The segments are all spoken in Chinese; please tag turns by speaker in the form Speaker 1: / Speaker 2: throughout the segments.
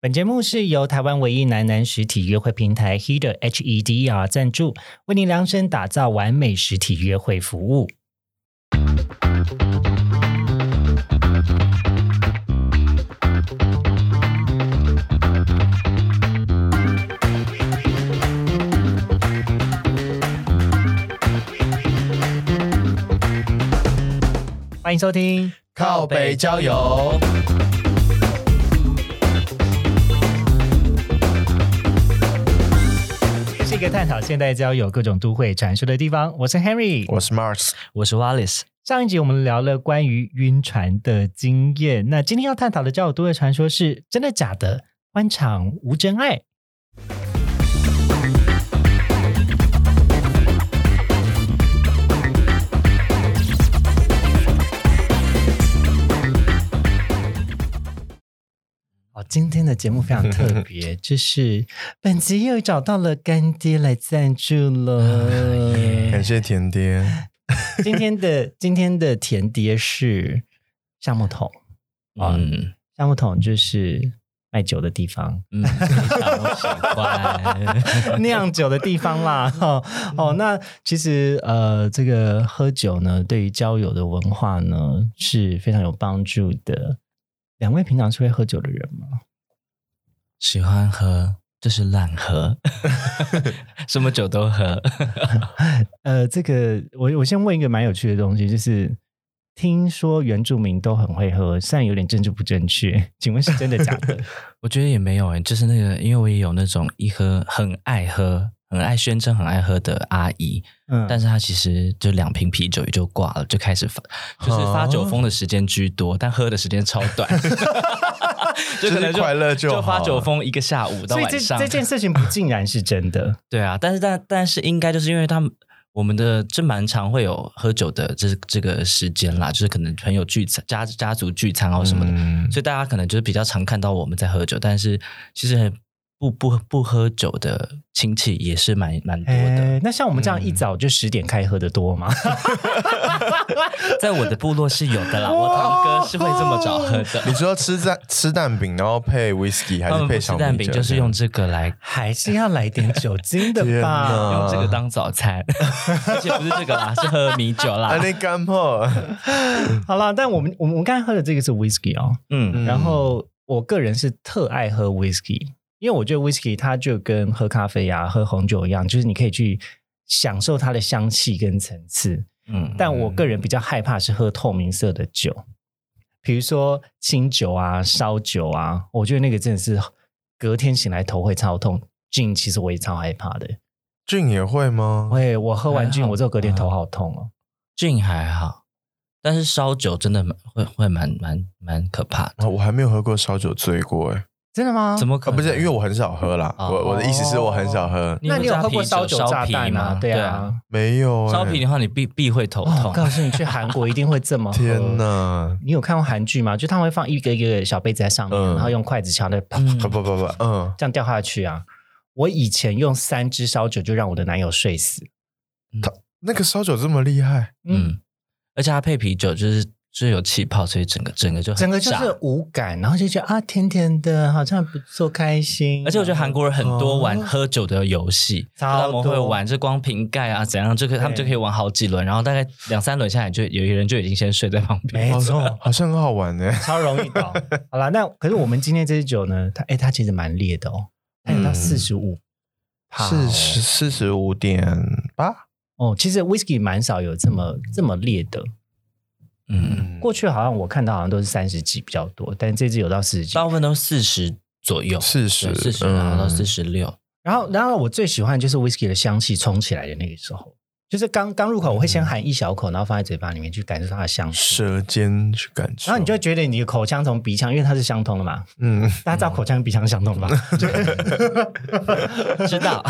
Speaker 1: 本节目是由台湾唯一男男实体约会平台 Heder H E D E R 赞助，为您量身打造完美实体约会服务。欢迎收听，
Speaker 2: 靠北郊游。
Speaker 1: 这是一个探讨现代交友各种都会传说的地方。我是 Henry，
Speaker 2: 我是 Mars，
Speaker 3: 我是 Wallace。
Speaker 1: 上一集我们聊了关于晕船的经验，那今天要探讨的交友都市传说是真的假的？欢场无真爱。好，今天的节目非常特 别，就是本集又找到了干爹来赞助了，
Speaker 2: 感谢甜爹。
Speaker 1: 今天的今天的甜碟是橡木桶，啊
Speaker 3: 嗯
Speaker 1: 橡木桶就是卖酒的地方，
Speaker 3: 嗯，非常喜欢。
Speaker 1: 酿酒的地方啦。哦，哦那其实呃，这个喝酒呢，对于交友的文化呢是非常有帮助的。两位平常是会喝酒的人吗？
Speaker 3: 喜欢喝，就是烂喝，什么酒都喝。
Speaker 1: 呃，这个我我先问一个蛮有趣的东西，就是听说原住民都很会喝，虽然有点政治不正确，请问是真的假 的？
Speaker 3: 我觉得也没有哎、就是那个，因为我也有那种一喝很爱喝、很爱宣称很爱喝的阿姨，
Speaker 1: 嗯，
Speaker 3: 但是她其实就两瓶啤酒也就挂了，就开始发，就是发酒疯的时间居多，但喝的时间超短。
Speaker 2: 嗯
Speaker 3: 就可能
Speaker 2: 就是快乐就
Speaker 3: 就
Speaker 2: 好
Speaker 3: 发酒疯一个下午到
Speaker 1: 所以
Speaker 3: 晚
Speaker 1: 这
Speaker 3: 上，
Speaker 1: 这件事情不竟然是真 的。
Speaker 3: 对啊，但是但但是应该就是因为他们我们的这蛮常会有喝酒的这这个时间啦，就是可能朋友聚餐、家家族聚餐啊什么的，
Speaker 2: 嗯
Speaker 3: 所以大家可能就是比较常看到我们在喝酒，但是其实不不不喝酒的亲戚也是蛮蛮多的。嗯
Speaker 1: 哎，那像我们这样一早就十点开喝的多吗？
Speaker 3: 在我的部落是有的啦，我堂哥是会这么早喝
Speaker 2: 你
Speaker 3: 的，
Speaker 2: 说吃蛋吃蛋饼，然后配 whisky 还
Speaker 3: 他
Speaker 2: 是
Speaker 3: 们不
Speaker 2: 配
Speaker 3: 吃
Speaker 2: 小
Speaker 3: 蛋
Speaker 2: 米
Speaker 3: 饼
Speaker 2: 酒？
Speaker 3: 就是用这个来。
Speaker 1: 还是要来点酒精的
Speaker 2: 天
Speaker 1: 吧
Speaker 2: 哪。
Speaker 3: 用这个当早餐， 而且不是这个啦，是喝米酒
Speaker 2: 啊，
Speaker 3: 啦。
Speaker 2: 你干破，
Speaker 1: 好啦，但我们我们我刚才喝的这个是 whisky 哦，
Speaker 3: 嗯，
Speaker 1: 然后我个人是特爱喝 whisky，因为我觉得 whisky 它就跟喝咖啡呀、喝红酒一样，就是你可以去享受它的香气跟层次。
Speaker 3: 嗯，
Speaker 1: 但我个人比较害怕是喝透明色的酒，比如说清酒啊、烧酒啊，我觉得那个真的是隔天醒来头会超痛。gin 其实我也超害怕的，
Speaker 2: 俊也会吗？
Speaker 1: 喂，我喝完
Speaker 3: 还
Speaker 1: gin
Speaker 3: 好
Speaker 1: 我之后隔天头
Speaker 3: 吧
Speaker 1: 好痛哦。
Speaker 3: 菌还好，但是烧酒真的蛮会会蛮蛮蛮可怕的。
Speaker 2: 啊我还没有喝过烧酒醉过哎，
Speaker 1: 真的吗？
Speaker 3: 怎么
Speaker 2: 啊
Speaker 3: 可能？
Speaker 2: 不是，因为我很少喝啦。
Speaker 3: 嗯哦
Speaker 2: 我我的意思是我很少喝，
Speaker 1: 那你有喝过烧
Speaker 3: 烧
Speaker 1: 酒炸弹
Speaker 3: 吗？
Speaker 1: 对
Speaker 3: 啊，
Speaker 1: 啊，
Speaker 2: 没有哎
Speaker 3: 烧啤的话你必必会头
Speaker 1: 哦我
Speaker 3: 痛。
Speaker 1: 告诉你，去韩国一定会这么喝。
Speaker 2: 天！哪！
Speaker 3: 嗯
Speaker 1: 你有看过韩剧吗？就他们会放一个一个小杯子在上面，
Speaker 2: 嗯
Speaker 1: 然后用筷子敲的，啪
Speaker 3: 嗯
Speaker 2: 不不不不，嗯，
Speaker 1: 这样掉下去啊！我以前用三支烧酒就让我的男友睡死。
Speaker 2: 那个烧酒这么厉害，
Speaker 1: 嗯，
Speaker 3: 嗯，而且它配啤酒就是就是有气泡，所以整个整个就很
Speaker 1: 整个就
Speaker 3: 炸
Speaker 1: 是无感，然后就觉得啊，甜甜的，好像不错，开心。
Speaker 3: 而且我觉得韩国人很多玩
Speaker 2: 哦
Speaker 3: 喝酒的游戏，就
Speaker 1: 嗯超
Speaker 3: 他们会
Speaker 1: 多
Speaker 3: 玩这光瓶盖啊怎样，就可以他们就
Speaker 1: 对
Speaker 3: 可以玩好几轮，然后大概两三轮下来就有一个人就已经先睡在旁边。
Speaker 1: 没错，
Speaker 2: 好像很好玩欸呢。
Speaker 1: 超容易倒。好啦，那可是我们今天这支酒呢，它哎、它其实蛮烈的哦，它有到
Speaker 3: 嗯
Speaker 1: 四十五帕哦，
Speaker 2: 四十四十五点八，
Speaker 1: 哦。其实 whisky 蛮少有这么这么烈的，
Speaker 3: 嗯，
Speaker 2: 嗯
Speaker 1: 过去好像我看到好像都是三十几比较多，但这支有到四十几。
Speaker 3: 大部分都四十左右，
Speaker 2: 40
Speaker 3: 四十然后到
Speaker 2: 嗯
Speaker 3: 四十六。
Speaker 1: 然后，然后我最喜欢就是 whisky 的香气冲起来的那个时候，就是刚刚入口，我会
Speaker 3: 嗯
Speaker 1: 先含一小口，然后放在嘴巴里面去感受它的香气。
Speaker 2: 舌尖去感受，
Speaker 1: 然后你就会觉得你的口腔从鼻腔，因为它是相通的嘛，
Speaker 2: 嗯，
Speaker 1: 大家知道口腔跟鼻腔相通吧？就
Speaker 3: 知道，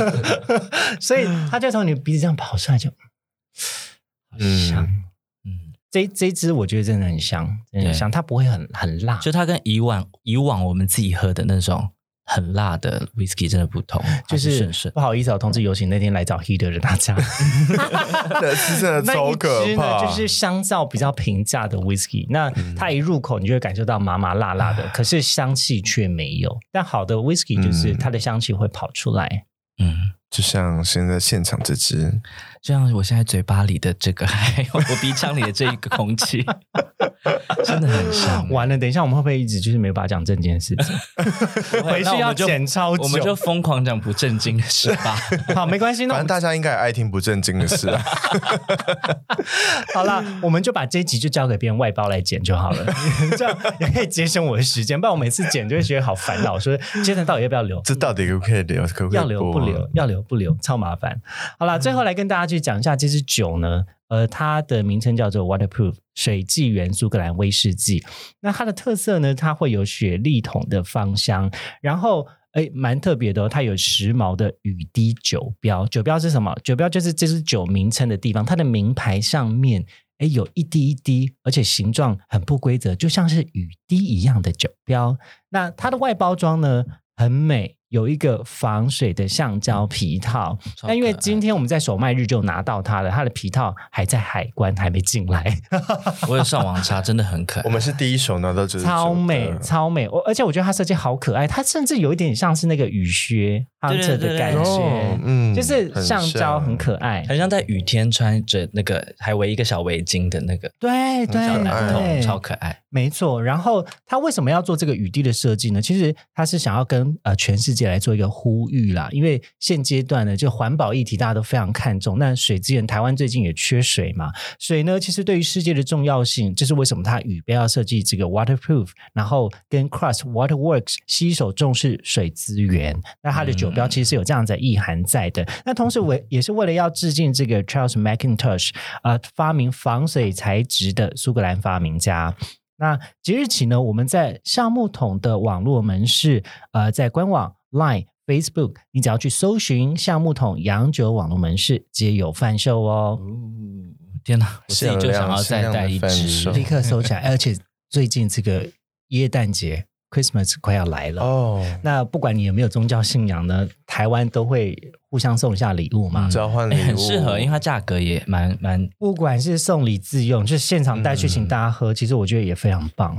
Speaker 1: 所以它就从你鼻子这样跑出来 就，
Speaker 2: 嗯
Speaker 1: 香。
Speaker 3: 嗯，
Speaker 1: 这这一支我觉得真的很香，真的很香，它不会很很辣，
Speaker 3: 就它跟以往以往我们自己喝的那种很辣的 whisky 真的不同，
Speaker 1: 就
Speaker 3: 还
Speaker 1: 是
Speaker 3: 顺顺。
Speaker 1: 不好意思哦，同志游行那天来找 h e a t e r 的大家，
Speaker 2: 那是真的
Speaker 1: 那
Speaker 2: 超
Speaker 1: 一
Speaker 2: 可
Speaker 1: 支呢
Speaker 2: 怕，嗯
Speaker 1: 就是相较比较平价的 whisky，那它一入口你就会感受到麻麻辣 辣的，可是香气却没有。但好的 whisky 就是
Speaker 2: 嗯
Speaker 1: 它的香气会跑出来，
Speaker 3: 嗯，
Speaker 2: 就像现在现场这支，
Speaker 3: 就像我现在嘴巴里的这个，还有我鼻腔里的这一个空气， 真的很像。
Speaker 1: 完了，等一下我们会不会一直就是没有办法讲这件事 情？回去
Speaker 3: 那我们
Speaker 1: 要
Speaker 3: 就
Speaker 1: 剪超久。
Speaker 3: 我们就疯狂讲不正经的事 吧。
Speaker 1: 好，没关系，那我
Speaker 2: 反正
Speaker 1: 们
Speaker 2: 大家应该也爱听不正经的 事啊。
Speaker 1: 好啦，我们就把这一集就交给别人外包来剪就好了， 这样也可以节省我的时间。不然我每次剪就会觉得好烦恼，说这段到底要不要留？
Speaker 2: 这到底可不可以聊？可不可以
Speaker 1: 要留不
Speaker 2: 播啊嗯
Speaker 1: 留？？要留不留？超麻烦。好啦，最后来跟大家去讲一下这支酒呢，呃，它的名称叫做 Waterproof 水纪元苏格兰威士忌。那它的特色呢，它会有雪莉桶的芳香，然后。哎，蛮特别的哦，它有时髦的雨滴酒标。酒标是什么？酒标就是这支酒名称的地方，它的名牌上面，哎，有一滴一滴，而且形状很不规则，就像是雨滴一样的酒标。那它的外包装呢很美，有一个防水的橡胶皮套。
Speaker 3: 超
Speaker 1: 那因为
Speaker 3: 可爱
Speaker 1: 今天我们在首卖日就拿到它了，它的皮套还在海关还没进来，
Speaker 3: 我有上网查，真的很可
Speaker 2: 我
Speaker 3: 爱。
Speaker 2: 们是第一手拿到这支酒的，
Speaker 1: 超美超美。我而且我觉得它设计好可爱，它甚至有一点像是那个雨靴 hunter
Speaker 3: 对对
Speaker 1: 的
Speaker 3: 对
Speaker 1: 感
Speaker 3: 对
Speaker 1: 觉
Speaker 2: 哦，嗯
Speaker 1: 就是橡胶很可爱。
Speaker 3: 很像在雨天穿着那个还围一个小围巾的那个
Speaker 1: 对对
Speaker 3: 小男童，
Speaker 1: 对，
Speaker 3: 超可爱。
Speaker 1: 没错，然后他为什么要做这个雨滴的设计呢？其实他是想要跟呃全世界来做一个呼吁啦，因为现阶段呢，就环保议题大家都非常看重，那水资源台湾最近也缺水嘛，水呢其实对于世界的重要性，这是为什么它雨标要设计这个 waterproof，然后跟 Cross Waterworks 携手重视水资源，那它的酒标其实是有这样子的意涵在的。那同时为也是为了要致敬这个 Charles Mackintosh 呃发明防水材质的苏格兰发明家。那即日起呢，我们在橡木桶的网络门市，呃，在官网、Line、Facebook，你只要去搜寻橡木桶洋酒网络门市，皆有贩售哦，
Speaker 3: 天哪，我自己
Speaker 2: 限
Speaker 3: 就
Speaker 2: 量
Speaker 3: 想要再带一
Speaker 2: 限量的
Speaker 3: 只
Speaker 2: 贩售
Speaker 1: 立刻搜起来。而且最近这个耶诞节 Christmas 快要来了，
Speaker 2: 哦。
Speaker 1: 那不管你有没有宗教信仰呢，台湾都会互相送一下礼物嘛。
Speaker 2: 交换礼
Speaker 3: 哎
Speaker 2: 物
Speaker 3: 很适合，因为它价格也蛮蛮
Speaker 1: 不管是送礼自用，就是现场带去请大家喝，其实我觉得也非常棒。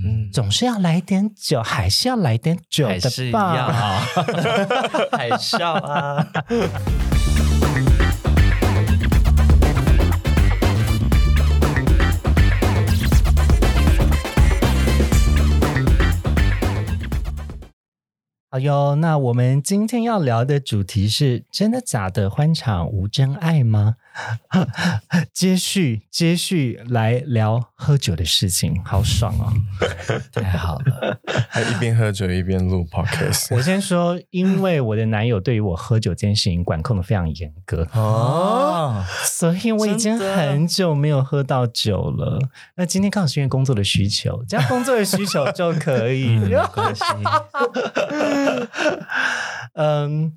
Speaker 3: 嗯，
Speaker 1: 总是要来点酒，还是要来点酒
Speaker 3: 还是
Speaker 1: 的
Speaker 3: 一
Speaker 1: 吧
Speaker 3: 样。啊， 海啸啊。
Speaker 1: 好哟，那我们今天要聊的主题是真的假的欢场无真爱吗？ 接续接续来聊喝酒的事情，好爽 哦！
Speaker 3: 太好了，
Speaker 2: 还一边喝酒一边录 podcast
Speaker 1: 我先说，因为我的男友对于我喝酒这件事情管控的非常严格，
Speaker 2: 哦，
Speaker 1: 啊
Speaker 3: 哦，
Speaker 1: 所以我已经
Speaker 3: 真的
Speaker 1: 很久没有喝到酒了。那今天刚好是因为工作的需求，只要工作的需求就可以。
Speaker 3: 嗯没关系，
Speaker 1: 嗯，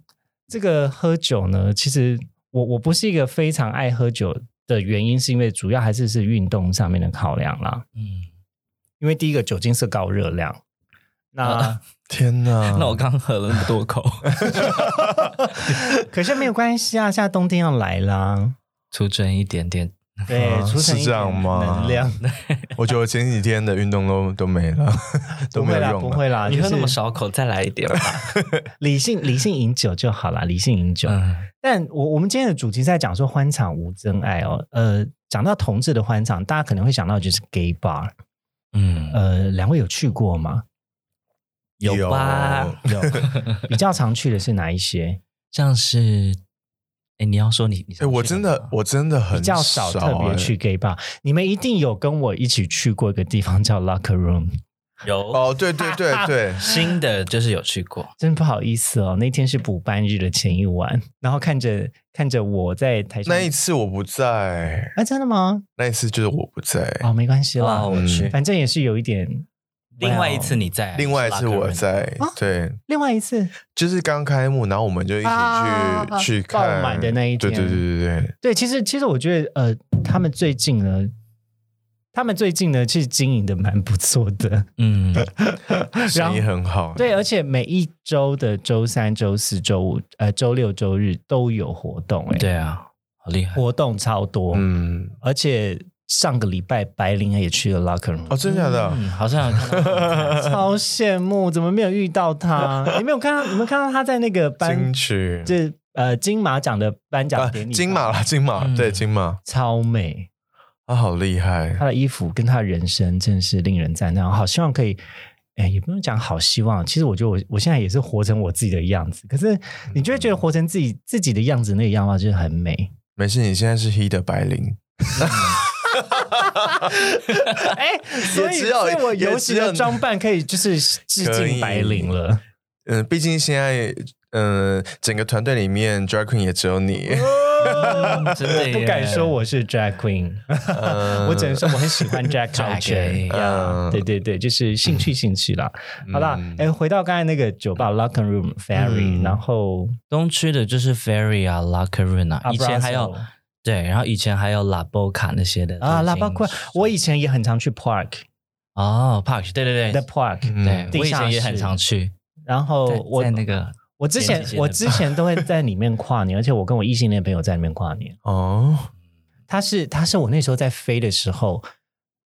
Speaker 1: 这个喝酒呢，其实我我不是一个非常爱喝酒的原因，是因为主要还是是运动上面的考量啦。
Speaker 3: 嗯，
Speaker 1: 因为第一个酒精是高热量，那
Speaker 3: 啊
Speaker 2: 天哪！
Speaker 3: 那我刚喝了那么多口，
Speaker 1: 可是没有关系啊，现在冬天要来 啦，
Speaker 3: 出征一点点，
Speaker 1: 对，
Speaker 2: 啊
Speaker 1: 储存哎一
Speaker 2: 是这样
Speaker 1: 点
Speaker 2: 吗
Speaker 1: 能量
Speaker 2: 我觉得我前几天的运动都都没 了，都
Speaker 1: 不会
Speaker 2: 没有
Speaker 1: 啦，
Speaker 2: 用
Speaker 1: 不
Speaker 2: 了。
Speaker 1: 会啦，
Speaker 3: 你
Speaker 1: 就
Speaker 3: 喝那
Speaker 1: 是
Speaker 3: 么少口，再来一点吧。
Speaker 1: 理性理性饮酒就好啦，理性饮酒。
Speaker 3: 嗯，
Speaker 1: 但我我们今天的主题是在讲说欢场无真爱哦，呃，讲到同志的欢场，大家可能会想到就是 gay bar，
Speaker 3: 嗯，
Speaker 1: 呃，两位有去过吗？
Speaker 3: 有吧？有，
Speaker 1: 比较常去的是哪一些？
Speaker 3: 像是，哎，你要说你，你
Speaker 2: 哎，我真的我真的很
Speaker 1: 比较少特别
Speaker 2: 哎
Speaker 1: 去 gay bar，、你们一定有跟我一起去过一个地方叫 locker room，
Speaker 3: 有，
Speaker 2: 哦，对对 对对
Speaker 3: 新的就是有去过，
Speaker 1: 真不好意思哦，那天是补班日的前一晚，然后看着看着我在台上
Speaker 2: 那一次我不在，
Speaker 1: 啊，真的吗？
Speaker 2: 那一次就是我不在，
Speaker 1: 哦，没关系啦，
Speaker 3: 哦，我去。
Speaker 1: 反正也是有一点。
Speaker 3: 另外一次你在，
Speaker 2: 另外一次我
Speaker 3: 是 locker room，
Speaker 2: 在
Speaker 1: 啊，
Speaker 2: 对，
Speaker 1: 另外一次，
Speaker 2: 就是刚开幕，然后我们就一起
Speaker 1: 啊
Speaker 2: 去去
Speaker 1: 爆
Speaker 2: 看
Speaker 1: 满的那一天
Speaker 2: 对对对对对，
Speaker 1: 对，其实其实我觉得呃，他们最近呢，他们最近呢，其实经营的蛮不错的。
Speaker 3: 嗯，
Speaker 2: 生意很好。
Speaker 1: 对，而且每一周的周三、周四周五、呃周六、周日都有活动、欸，
Speaker 3: 对啊，好厉害。
Speaker 1: 活动超多。
Speaker 2: 嗯，
Speaker 1: 而且上个礼拜白灵也去了 locker room，、嗯
Speaker 2: 哦，真的假的？
Speaker 3: 嗯，好像有看到
Speaker 1: 超羡慕，怎么没有遇到他？你没有看到？你们看到他在那个
Speaker 2: 金
Speaker 1: 颁
Speaker 2: 曲
Speaker 1: 这呃金马奖的颁
Speaker 2: 啊
Speaker 1: 奖典礼、
Speaker 2: 金马啦，金马
Speaker 3: 嗯
Speaker 2: 对金马，
Speaker 1: 超美，
Speaker 2: 他好厉害。
Speaker 1: 她的衣服跟她的人生真是令人赞叹。我好希望可以，哎，也不用讲好希望，其实我觉得我我现在也是活成我自己的样子。可
Speaker 2: 嗯
Speaker 1: 是你就会觉得活成自己自己的样子那个样貌就是很 美。
Speaker 2: 没事，你现在是 He 的白领，
Speaker 1: 哎，所以
Speaker 2: 只有
Speaker 1: 所以我
Speaker 2: 也
Speaker 1: 尤
Speaker 2: 只
Speaker 1: 其的
Speaker 2: 有
Speaker 1: 装扮可以就是致
Speaker 2: 可
Speaker 1: 敬
Speaker 2: 以
Speaker 1: 白领了。
Speaker 2: 嗯，毕竟现在嗯，整个团队里面 Drag Queen 也只有你，
Speaker 1: 哦
Speaker 3: 嗯真的耶
Speaker 1: 不敢说我是 drag queen，、
Speaker 2: 嗯
Speaker 1: 我只能说我很喜欢 drag
Speaker 3: drag
Speaker 1: culture
Speaker 3: queen，
Speaker 1: 呀。
Speaker 2: 嗯
Speaker 1: 对对对，就是兴趣兴趣啦。
Speaker 2: 嗯
Speaker 1: 好啦，哎、回到刚才那个酒吧 Locker Room Ferry，、
Speaker 2: 嗯
Speaker 1: 然后
Speaker 3: 东区的就是 Ferry 啊、La Carina，、以前
Speaker 1: Abrazo
Speaker 3: 还有对，然后以前还有 La Boca 那些的
Speaker 1: 啊，
Speaker 3: 都已
Speaker 1: 拉
Speaker 3: 经
Speaker 1: 巴库，我以前也很常去 Park
Speaker 3: 哦 Park，对对
Speaker 1: The
Speaker 3: 对
Speaker 1: Park，、
Speaker 2: 嗯
Speaker 3: 对，我
Speaker 1: 地
Speaker 3: 以
Speaker 1: 下
Speaker 3: 前也
Speaker 1: 室
Speaker 3: 很常去，
Speaker 1: 然后
Speaker 3: 在
Speaker 1: 我
Speaker 3: 在那个
Speaker 1: 我之前
Speaker 3: 前几届的
Speaker 1: 我
Speaker 3: 吧
Speaker 1: 之前都会在里面跨年，而且我跟我异性恋朋友在里面跨年。
Speaker 2: 哦，
Speaker 1: 他是他是我那时候在飞的时候，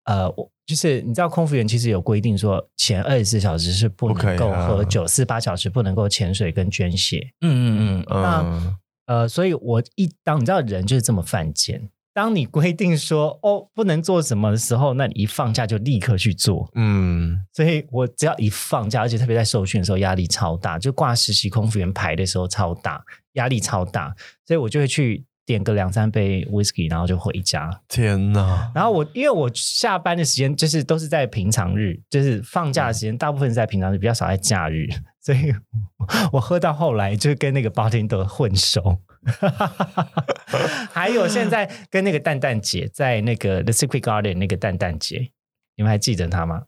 Speaker 1: 呃，我就是你知道空服员其实有规定说前二十四小时是不
Speaker 2: 不可
Speaker 1: 能
Speaker 2: 以
Speaker 1: 够
Speaker 2: 啊
Speaker 1: 喝酒，四八、小时不能够潜水跟捐血。
Speaker 3: 嗯嗯嗯，
Speaker 2: 嗯，
Speaker 1: 呃，所以我一当你知道人就是这么犯贱，当你规定说哦不能做什么的时候，那你一放假就立刻去做。
Speaker 2: 嗯，
Speaker 1: 所以我只要一放假，而且特别在受训的时候压力超大，就挂实习空服员牌的时候超大，压力超大，所以我就会去点个两三杯 whisky，然后就回家。
Speaker 2: 天哪，
Speaker 1: 然后我因为我下班的时间就是都是在平常日，就是放假的时间大部分是在平常日，比较少在假日，所以我喝到后来就跟那个 bartender 混熟。还有现在跟那个蛋蛋姐在那个 The Secret Garden 那个蛋蛋姐，你们还记得她吗？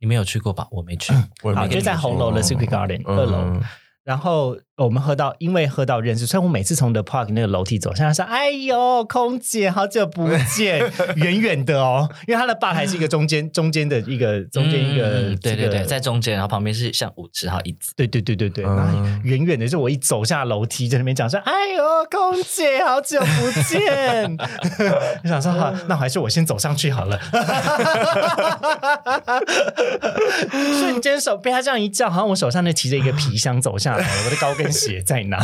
Speaker 3: 你没有去过吧？我没去，
Speaker 2: 我也
Speaker 1: 好，
Speaker 2: 没
Speaker 1: 就
Speaker 2: 听
Speaker 1: 在
Speaker 2: 说
Speaker 1: 红楼的 Secret Garden
Speaker 2: 嗯
Speaker 1: 二楼。然后我们喝到，因为喝到认识，所以我每次从 The Park 那个楼梯走下来，说：“哎呦，空姐，好久不 见！”远远的哦，因为它的吧台是一个中间中间的一个中间一个
Speaker 3: 嗯嗯嗯对对
Speaker 1: 这
Speaker 3: 对，
Speaker 1: 个
Speaker 3: 在中间，然后旁边是像舞池，然后椅子，
Speaker 1: 对对对对对，
Speaker 2: 嗯
Speaker 1: 然后远远的就我一走下楼梯，在那边讲说：“哎呦，空姐，好久不见！”我想说好，那还是我先走上去好了。瞬间手被他这样一叫，好像我手上那提着一个皮箱走下来，我的高跟鞋在哪？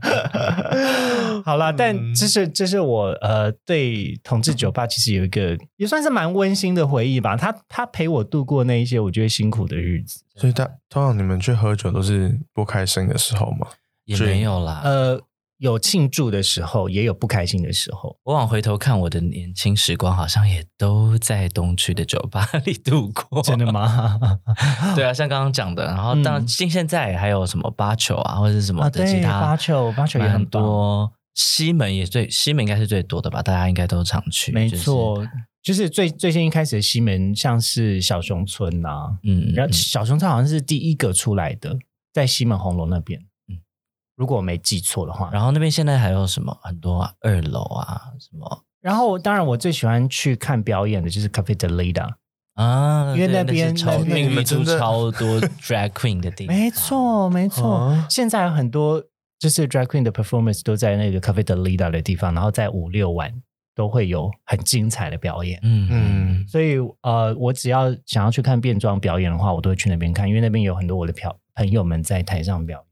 Speaker 1: 好啦，但这是这是我呃对同志酒吧其实有一个也算是蛮温馨的回忆吧。他他陪我度过那一些我觉得辛苦的日子。
Speaker 2: 所以大通常你们去喝酒都是不开心的时候嘛？
Speaker 3: 也
Speaker 2: 是
Speaker 3: 没有啦。
Speaker 1: 呃，有庆祝的时候，也有不开心的时候。
Speaker 3: 我往回头看，我的年轻时光好像也都在东区的酒吧里度 过。
Speaker 1: 真的吗？
Speaker 3: 对啊，像刚刚讲的，然后当
Speaker 1: 嗯
Speaker 3: 然现现在还有什么八球啊，或者是什么的其他
Speaker 1: 八球，八球也
Speaker 3: 蛮
Speaker 1: 很多，
Speaker 3: 多。西门也最西门应该是最多的吧，大家应该都常去。
Speaker 1: 没
Speaker 3: 就是
Speaker 1: 错。就是最最先一开始的西门，像是小熊村呐、
Speaker 3: 嗯，
Speaker 1: 然
Speaker 3: 嗯
Speaker 1: 后小熊村好像是第一个出来的，在西门红楼那边
Speaker 3: 嗯。
Speaker 1: 如果我没记错的话，
Speaker 3: 然后那边现在还有什么很多啊，二楼啊什么
Speaker 1: 然后当然我最喜欢去看表演的就是 Cafe de Lida，
Speaker 3: 啊，
Speaker 1: 因为
Speaker 3: 对
Speaker 1: 那边
Speaker 3: 是超
Speaker 1: 那边
Speaker 3: 孕
Speaker 2: 你
Speaker 3: 育
Speaker 2: 们
Speaker 3: 出
Speaker 2: 真的
Speaker 3: 超多 drag queen 的地方，
Speaker 1: 没，错没错
Speaker 3: 啊
Speaker 2: 哦。
Speaker 1: 现在有很多就是 drag queen 的 performance 都在那个 Cafe de Lida 的地方，然后在五六晚都会有很精彩的表演。
Speaker 3: 嗯嗯，
Speaker 2: 嗯，
Speaker 1: 所以呃，我只要想要去看变装表演的话，我都会去那边看，因为那边有很多我的票朋友们在台上表演。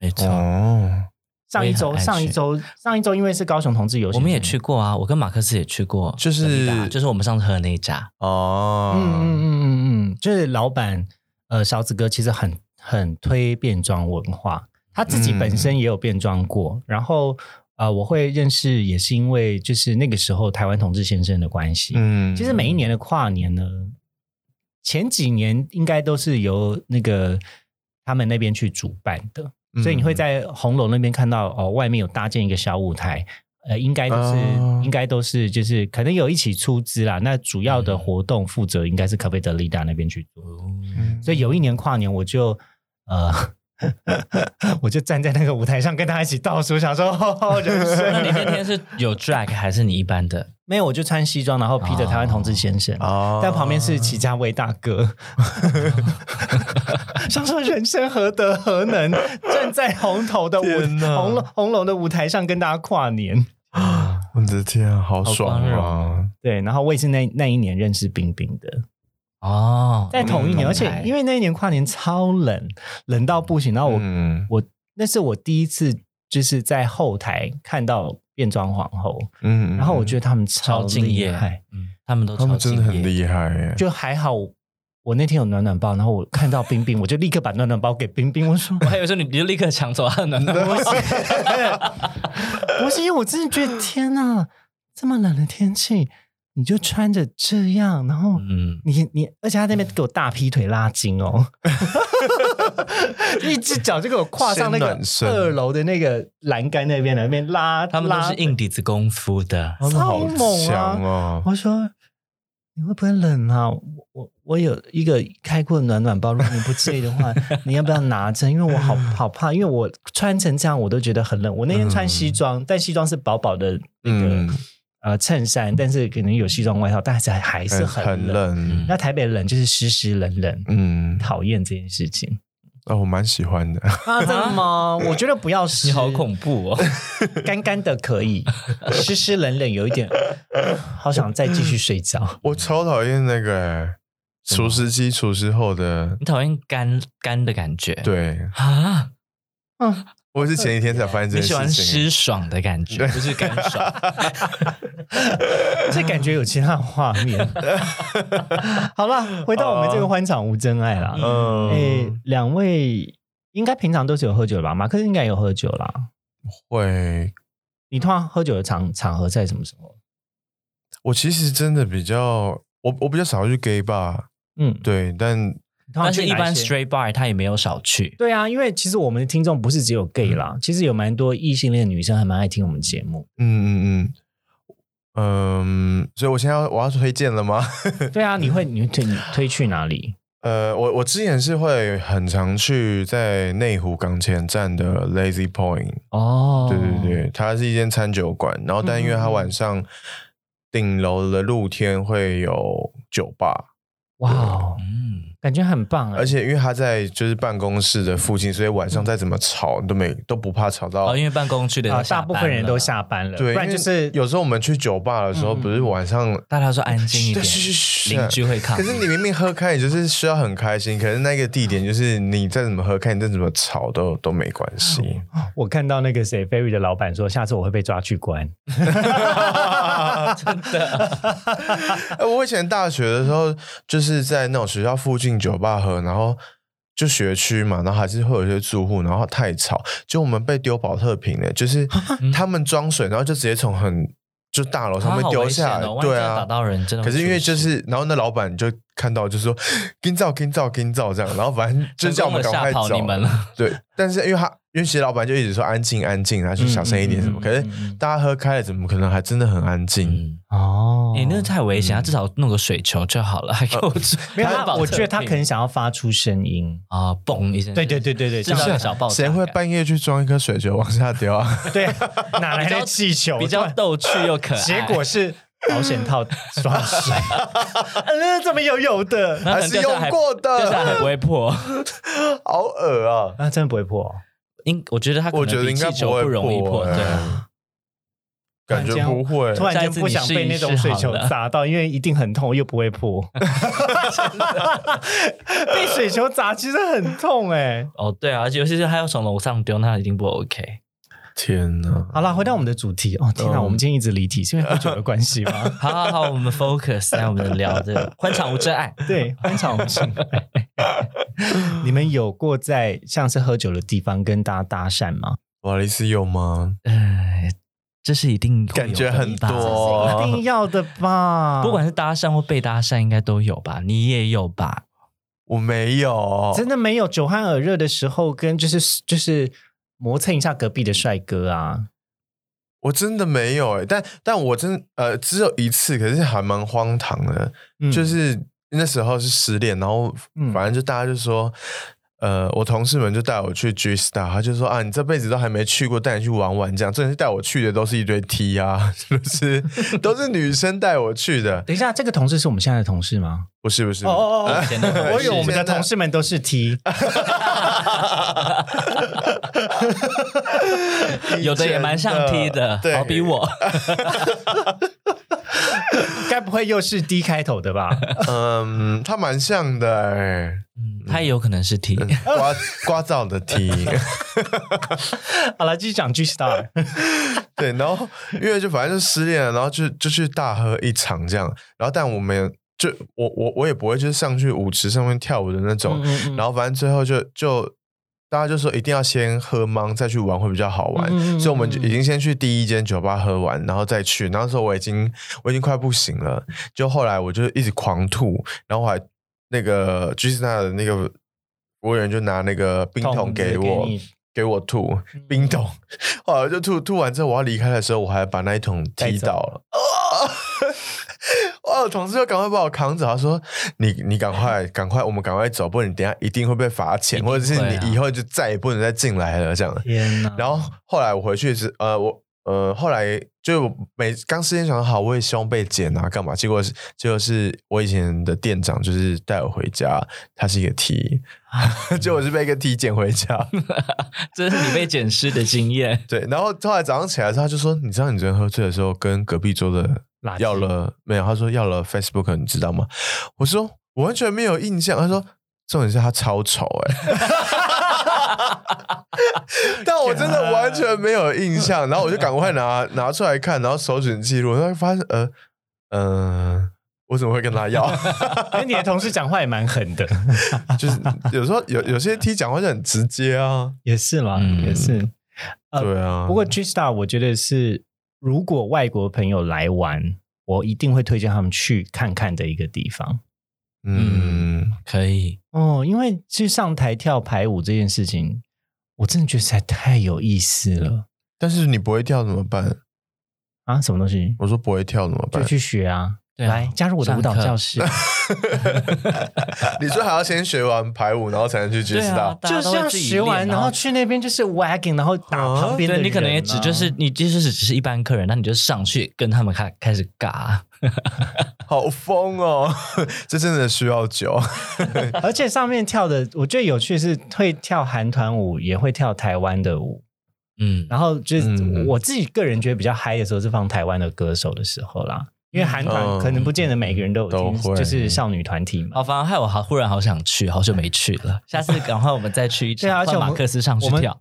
Speaker 3: 没错。
Speaker 2: 哦，
Speaker 1: 上一周，
Speaker 3: 我也很爱去
Speaker 1: 上一周，上一周，因为是高雄同志游行，
Speaker 3: 我们也去，过啊，我跟马克思也去过，
Speaker 2: 就是
Speaker 3: 就是我们上次喝的那一家，
Speaker 2: 哦，
Speaker 1: 嗯嗯嗯嗯嗯，就是老板呃，勺子哥其实很很推变装文化，他自己本身也有变装过，然后呃，我会认识也是因为就是那个时候台湾同志先生的关系，
Speaker 2: 嗯
Speaker 1: 其实每一年的跨年呢，前几年应该都是由那个他们那边去主办的，所以你
Speaker 2: 嗯
Speaker 1: 会在红楼那边看到哦，外面有搭建一个小舞台。呃，应该都是，
Speaker 2: 哦
Speaker 1: 应该都是，就是可能有一起出资啦。那主要的活动负责应该是可贝德利达那边去做。
Speaker 2: 嗯
Speaker 1: 所以有一年跨年，我就呃， 我就站在那 个舞台上跟他一起倒数，想说、哦、人生
Speaker 3: 那你那天是有 drag 还是你一般的？
Speaker 1: 没有，我就穿西装，然后披着台湾同志先生，
Speaker 2: 哦
Speaker 1: 但旁边是齐家威大哥。 想说人生何德何能，站在红头的舞
Speaker 2: 天哪
Speaker 1: 红楼红楼的舞台上跟大家跨年。
Speaker 2: 我的天啊，好
Speaker 3: 好
Speaker 2: 爽
Speaker 3: 光荣
Speaker 2: 啊！
Speaker 1: 对，然后我也是那那一年认识冰冰的，
Speaker 3: 哦，
Speaker 1: 在同一年，
Speaker 3: 嗯
Speaker 1: 而且因为那一年跨年超冷，冷到不行。然后我、
Speaker 2: 嗯
Speaker 1: 我那是我第一次就是在后台看到变装皇后，
Speaker 2: 嗯
Speaker 1: 然后我觉
Speaker 2: 得
Speaker 1: 得他们超
Speaker 3: 超敬
Speaker 1: 厉
Speaker 3: 业
Speaker 1: 害，，
Speaker 3: 嗯，他们都
Speaker 2: 他
Speaker 3: 超
Speaker 2: 们真的
Speaker 3: 敬
Speaker 2: 很
Speaker 3: 业，
Speaker 2: 厉害耶，
Speaker 1: 就还好。我那天有暖暖包，然后我看到冰冰，我就立刻把暖暖包给冰冰。我说
Speaker 3: 我还有时候你你就立刻抢走他的 暖暖包，
Speaker 1: 不是因为我真的
Speaker 3: 嗯
Speaker 1: 觉得天哪，这么冷的天气，你就穿着这样，然后
Speaker 3: 嗯，
Speaker 1: 你你，而且他那边给我大劈腿拉筋 哦，一只脚就给我跨上那
Speaker 2: 先
Speaker 1: 个
Speaker 2: 暖身
Speaker 1: 二楼的那个栏杆那边，那边拉，
Speaker 3: 他们都是
Speaker 1: 拉
Speaker 3: 硬底子功夫的，
Speaker 2: 他们好
Speaker 1: 超猛啊
Speaker 2: 强哦！
Speaker 1: 我说你会不会冷啊？我我我有一个开过的暖暖包，如果你不介意的 话，你要不要拿着？因为我好好怕，因为我穿成这样我都觉得很冷。我那天穿
Speaker 3: 嗯
Speaker 1: 西装，但西装是薄薄的那个、
Speaker 2: 嗯，
Speaker 1: 呃衬衫，但是可能有西装外套，但是还是
Speaker 2: 很
Speaker 1: 很
Speaker 2: 很
Speaker 1: 冷。嗯
Speaker 2: 冷，
Speaker 1: 那台北冷就是湿湿冷冷，
Speaker 2: 嗯，
Speaker 1: 讨厌这件事情
Speaker 2: 哦，我蛮喜欢的。
Speaker 1: 啊？真的吗？ 我觉得不要湿，
Speaker 3: 你好恐怖哦，
Speaker 1: 干干的可以，湿湿冷冷有一点，啊好想再继续睡觉。
Speaker 2: 我超讨厌那个欸除湿机除湿后的，
Speaker 3: 你讨厌干干的感觉，
Speaker 2: 对
Speaker 3: 啊，
Speaker 1: 嗯，
Speaker 2: 我也是前几天才发现这
Speaker 3: 你喜
Speaker 2: 件
Speaker 3: 欢
Speaker 2: 事情。
Speaker 3: 湿爽的感觉，不是干爽，
Speaker 1: 这感觉有其他的画面。 好了，回到我们这个欢场无真爱啦。
Speaker 2: 嗯
Speaker 1: 诶，两位应该平常都是有喝酒的吧？马克应该有喝酒啦。
Speaker 2: 会，
Speaker 1: 你通常喝酒的场场合在什么时候？
Speaker 2: 我其实真的比较，我我比较少去 gay 吧，
Speaker 1: 嗯，
Speaker 2: 对，但
Speaker 1: 你通常
Speaker 3: 但
Speaker 1: 去
Speaker 3: 是一
Speaker 1: 哪
Speaker 3: 般
Speaker 1: 些
Speaker 3: straight bar 他也没有少去，
Speaker 1: 对啊，因为其实我们的听众不是只有
Speaker 3: 嗯
Speaker 1: gay 啦，其实有蛮多异性恋的女生还蛮爱听我们节目。
Speaker 2: 嗯嗯嗯嗯，所以我现在要我要推荐了吗？
Speaker 1: 对啊，你会你推你推去哪里？
Speaker 2: 呃，我我之前是会很常去在内湖港前站的 Lazy Point，、
Speaker 1: 哦嗯
Speaker 2: 对对，对，它是一间餐酒馆，然后但因为它晚上顶楼的露天会有酒吧，
Speaker 1: 哇哦，
Speaker 3: 嗯，
Speaker 1: 感觉很棒哎，
Speaker 2: 而且因为它在就是办公室的附近，所以晚上再怎么吵都没
Speaker 1: 嗯
Speaker 2: 都不怕吵到
Speaker 3: 哦，因为办公区的人
Speaker 1: 啊、
Speaker 3: 都下
Speaker 1: 大
Speaker 3: 班
Speaker 1: 部分人
Speaker 3: 了
Speaker 1: 都，下班了，
Speaker 2: 对，
Speaker 1: 不然
Speaker 2: 因
Speaker 1: 就
Speaker 2: 为
Speaker 1: 是
Speaker 2: 有时候我们去酒吧的时候，
Speaker 1: 嗯
Speaker 2: 不是晚上
Speaker 3: 大家说安静一点，
Speaker 2: 邻
Speaker 3: 邻居会抗
Speaker 1: 啊
Speaker 2: 可
Speaker 3: 议，
Speaker 2: 是你明明喝开，你就是需要很开心。可是那个地点就是你再怎么喝开，你再怎么吵都都没关系。
Speaker 1: 哎我看到那个谁 Ferry 的老板说，下次我会被抓去关。
Speaker 3: 真的，
Speaker 2: 呃我以前大学的时候，就是在那种学校附近酒吧喝，然后就学区嘛，然后还是会有一些住户，然后太吵，就我们被丢保特瓶的，就是他们装水，然后就直接从很就大楼上面
Speaker 3: 嗯好
Speaker 2: 丢
Speaker 3: 危险
Speaker 2: 下来，
Speaker 3: 哦万一
Speaker 2: 对
Speaker 3: 真的
Speaker 2: 啊，
Speaker 3: 打到人真的
Speaker 2: 可
Speaker 3: 会
Speaker 2: 是因为
Speaker 3: 出
Speaker 2: 就
Speaker 3: 事
Speaker 2: 是，然后那老板就看到就说 跟照跟照跟照这样，然后反正就叫我们赶快
Speaker 3: 吓跑
Speaker 2: 走。
Speaker 3: 你们了，
Speaker 2: 对，但是因为他因为其实老板就一直说安静安静，然后就小声一点什么，
Speaker 3: 嗯嗯嗯
Speaker 2: 可是大家喝开了，怎么可能还真的很安静？
Speaker 3: 嗯，
Speaker 1: 哦
Speaker 3: 哎、那太危险，他至少弄个水球就好了，还给我做
Speaker 1: 没有
Speaker 3: 还
Speaker 1: 他，
Speaker 3: 保
Speaker 1: 我觉得
Speaker 3: 特
Speaker 1: 他
Speaker 3: 瓶
Speaker 1: 可能想要发出声音。
Speaker 3: 啊，嘣一声，
Speaker 1: 对对对对对，
Speaker 3: 至少有小爆炸
Speaker 2: 谁会
Speaker 3: 感
Speaker 2: 半夜去装一颗水球往下丢 啊？
Speaker 1: 对，哪来的气球？
Speaker 3: 比较逗趣又可爱？
Speaker 1: 结 果是保险套装水，嗯，怎么有有的？
Speaker 3: 那可
Speaker 2: 还
Speaker 3: 能
Speaker 2: 是
Speaker 3: 掉下
Speaker 2: 用
Speaker 3: 来
Speaker 2: 过
Speaker 3: 掉下来还
Speaker 2: 的？
Speaker 3: 不会破。
Speaker 2: 好恶啊！
Speaker 1: 啊，真的不会破哦、
Speaker 3: 应我觉得他可能
Speaker 2: 我觉得
Speaker 3: 比
Speaker 2: 应
Speaker 3: 气
Speaker 2: 该
Speaker 3: 球
Speaker 2: 会
Speaker 3: 不容易
Speaker 2: 破，
Speaker 3: 破，对
Speaker 2: 哎
Speaker 3: 啊，
Speaker 2: 感觉不会。
Speaker 1: 突然间不想被那种水球砸到，因为一定很痛，又不会破。被水球砸其实很痛哎、
Speaker 3: 哦对啊，而且尤其是他要从楼上丢，那一定不 OK。？
Speaker 2: 天哪！
Speaker 1: 好啦，回到我们的主题哦，天哪，
Speaker 2: 嗯
Speaker 1: 我们今天一直离题，是因为喝酒的关系吗
Speaker 3: 好好好，我们 focus 在我们的聊这个欢场无真 爱，
Speaker 1: 对，欢场无性。你们有过在像是喝酒的地方跟大家搭讪吗？
Speaker 2: 瓦利斯有吗？
Speaker 3: 哎，这是一定会有的
Speaker 2: 感觉很
Speaker 3: 吧
Speaker 2: 多
Speaker 1: 一定要的吧，
Speaker 3: 不管是搭讪或被搭讪，应该都有吧？你也有吧？
Speaker 2: 我没有，
Speaker 1: 真的没有酒酣耳热的时候，跟就是就是磨蹭一下隔壁的帅哥啊，
Speaker 2: 我真的没有哎、但但我真呃只有一次，可是还蛮荒唐的，
Speaker 1: 嗯
Speaker 2: 就是那时候是失恋，然后
Speaker 1: 嗯
Speaker 2: 反正就大家就说。呃，我同事们就带我去 G Star，他就说啊，你这辈子都还没去过，带你去玩玩这样。真的是带我去的都是一堆 T 啊， 就是都是女生带我去的，
Speaker 1: 等一下，这个同事是我们现在的同事吗？
Speaker 2: 不是不是，
Speaker 1: 哦
Speaker 3: 以前的同事
Speaker 1: 我以为我们的同事们都是 T，
Speaker 3: 有的也蛮像 T 的，
Speaker 2: 对，
Speaker 3: 好比 我。
Speaker 1: 该不会又是 D 开头的吧？
Speaker 2: 嗯，他蛮像的、 欸，
Speaker 3: 嗯他也有可能是 T，
Speaker 2: 刮刮噪的 T。
Speaker 1: 好了，继续讲 G Star。
Speaker 2: 对，然后因为就反正就失恋了，然后就就去大喝一场这样，然后但我没有，就我我我也不会就是上去舞池上面跳舞的那种，
Speaker 1: 嗯
Speaker 2: 然后反正最后就就大家就说一定要先喝懵再去玩会比较好玩，
Speaker 1: 嗯嗯嗯
Speaker 2: 所以我们就已经先去第一间酒吧喝完，然后再去，然后那时候我已经我已经快不行了，就后来我就一直狂吐，然后我还那个 G s t a 的那个服务员就拿那个冰桶给我。
Speaker 1: 你
Speaker 2: 给我吐
Speaker 1: 嗯
Speaker 2: 冰桶， 后来我就吐吐完之后，我要离开的时候，我还把那一桶踢倒了。 哦，我同事就赶快把我扛走，他说：“你你赶快赶快，我们赶快走，不然你等一下一定会被罚钱，
Speaker 3: 一定
Speaker 2: 或者是
Speaker 3: 会啊嗯
Speaker 2: 你以后就再也不能再进来了。”这样。
Speaker 1: 天哪！
Speaker 2: 然后后来我回去是呃我呃后来就我每刚事先想好我也希望被剪啊干嘛，结果是结果是我以前的店长就是带我回家，他是一个 T，结
Speaker 3: 啊
Speaker 2: 果是被一个 T 捡回家。
Speaker 3: 这是你被捡尸的经验。
Speaker 2: 对，然后后来早上起来的时候，他就说：“你知道你昨天喝醉的时候跟隔壁桌的
Speaker 1: 垃圾
Speaker 2: 要了没有？”他说：“要了 Facebook，你知道吗？”我说：“我完全没有印象。”他说：“重点是他超丑哎、 但我真的完全没有印象。然后我就赶快拿拿出来看，然后搜寻记录，然后发现呃呃，我怎么会跟他要？
Speaker 1: 哎，你的同事讲话也蛮狠的，
Speaker 2: 就是有时候有有些 T 讲话就很直接啊，
Speaker 1: 也是啦，
Speaker 3: 嗯
Speaker 1: 也是。呃
Speaker 2: 对啊。
Speaker 1: 不过 G Star 我觉得是，如果外国朋友来玩，我一定会推荐他们去看看的一个地方。
Speaker 2: 嗯
Speaker 3: 可以，
Speaker 1: 哦，因为去上台跳排舞这件事情，我真的觉得实在太有意思了
Speaker 2: 但是你不会跳怎么办？
Speaker 1: 啊！什么东西？
Speaker 2: 我说不会跳怎么
Speaker 1: 就
Speaker 2: 办？
Speaker 1: 去学啊！
Speaker 3: 对啊
Speaker 1: 来加入我的舞蹈
Speaker 3: 上课
Speaker 1: 教 室，
Speaker 2: 你说还要先学完排舞，然后才能去 G
Speaker 3: 对啊
Speaker 2: Star？、，
Speaker 3: 大
Speaker 1: 就
Speaker 3: 家
Speaker 1: 是
Speaker 3: 都会
Speaker 1: 要
Speaker 3: 自己
Speaker 1: 学完，
Speaker 3: 练
Speaker 1: 然后去那边就是 wagging，然后打
Speaker 2: 啊
Speaker 1: 旁边的人
Speaker 3: 对
Speaker 1: 啊。
Speaker 3: 你可能也只就是你就是只是一般客人，那你就上去跟他们开开始尬，
Speaker 2: 好疯哦！ 这真的需要酒。
Speaker 1: 而且上面跳的，我觉得有趣的是会跳韩团舞，也会跳台湾的舞。
Speaker 3: 嗯，
Speaker 1: 然后就是
Speaker 2: 嗯
Speaker 1: 我自己个人觉得比较嗨的时候是放台湾的歌手的时候啦，因为韩团
Speaker 2: 嗯
Speaker 1: 可能不见得每个人都有
Speaker 3: 哦
Speaker 2: 都
Speaker 1: 听，
Speaker 2: 会
Speaker 1: 就是少女团体嘛。
Speaker 3: 好，反而害我好忽然好想去，好久没去了，下次赶快我们 再去一
Speaker 1: 对啊
Speaker 3: 场，
Speaker 1: 而且
Speaker 3: 换
Speaker 1: 我
Speaker 3: 马
Speaker 1: 们
Speaker 3: 克思上去
Speaker 1: 我们
Speaker 3: 跳，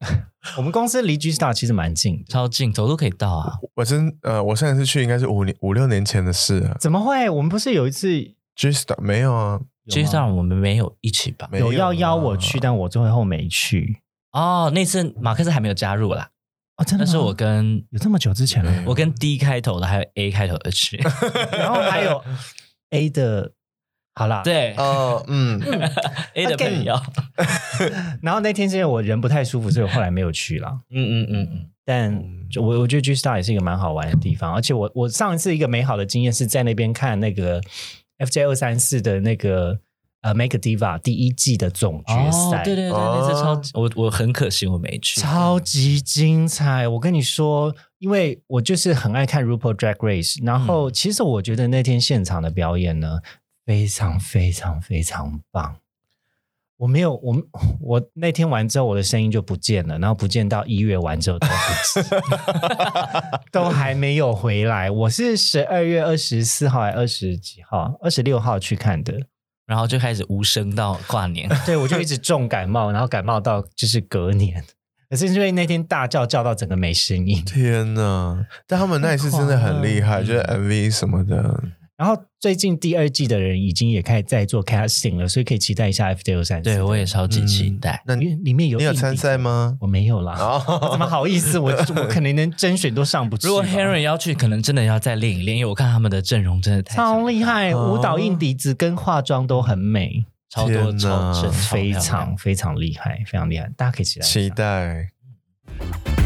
Speaker 1: 我们公司离 G Star 其实蛮近的，
Speaker 3: 超近，走路可以到啊。
Speaker 2: 我真呃，我上一次去应该是五年五六年前的事了。
Speaker 1: 怎么会？我们不是有一次
Speaker 2: G Star 没有啊，
Speaker 3: G Star 我们没有一起吧？
Speaker 2: 没
Speaker 1: 有
Speaker 2: 啊
Speaker 1: 要邀我去，。但我最后没去。
Speaker 3: 哦，那次马克思还没有加入啦，
Speaker 1: 哦，真的
Speaker 3: 但
Speaker 1: 吗？
Speaker 3: 是我跟
Speaker 1: 有这么久之前了，
Speaker 2: 对
Speaker 3: 我跟 D 开头的还有 A 开头的去，
Speaker 1: 然后还有 A 的，好啦，
Speaker 3: 对
Speaker 2: 哦、 嗯，
Speaker 3: A 的朋友，
Speaker 1: 然后那天是因为我人不太舒服，所以我后来没有去啦。
Speaker 3: 嗯嗯嗯嗯，
Speaker 1: 但就我我觉得 G Star 也是一个蛮好玩的地方，而且我我上一次一个美好的经验是在那边看那个 FJ 二三四的那个呃 Make a Diva 第一季的总决
Speaker 3: 哦
Speaker 1: 赛，，
Speaker 3: 对对对，那次超级，我我很可惜我没去，
Speaker 1: 超级精彩！我跟你说，因为我就是很爱看 RuPaul Drag Race，然后其实我觉得那天现场的表演呢，非常非常非常棒。我没有，我我那天完之后，我的声音就不见了，然后不见到一月完之后都不见都还没有回来。我是十二月二十四号还二十几号，二十六号去看的。
Speaker 3: 然后就开始无声到跨 年，
Speaker 1: 对，我就一直重感冒，然后感冒到就是隔年。可是因为那天大叫叫到整个没声音，
Speaker 2: 天哪！但他们那一次真的很厉
Speaker 1: 嗯
Speaker 2: 害，就是 MV 什么的。
Speaker 1: 然后最近第二季的人已经也开始在做 casting 了，所以可以期待一下 F D O 三。
Speaker 3: 对我也超级
Speaker 1: 嗯
Speaker 3: 期待。
Speaker 2: 那
Speaker 1: 因为里面有
Speaker 2: 你有
Speaker 1: 硬底
Speaker 2: 参赛吗？
Speaker 1: 我没有啦，
Speaker 2: 哦
Speaker 1: 我怎么好意思？ 我我可能连甄选都上不去吧。
Speaker 3: 如果 Henry 要去，可能真的要再练一练，因为我看他们的阵容真的太强
Speaker 1: 超厉害，
Speaker 2: 哦
Speaker 1: 舞蹈硬底子跟化妆都很美，
Speaker 3: 超多
Speaker 2: 天
Speaker 3: 超
Speaker 2: 哪
Speaker 3: 正，超
Speaker 1: 非
Speaker 3: 漂亮
Speaker 1: 常非常厉害，非常厉害，大家可以期待一下。
Speaker 2: 期待。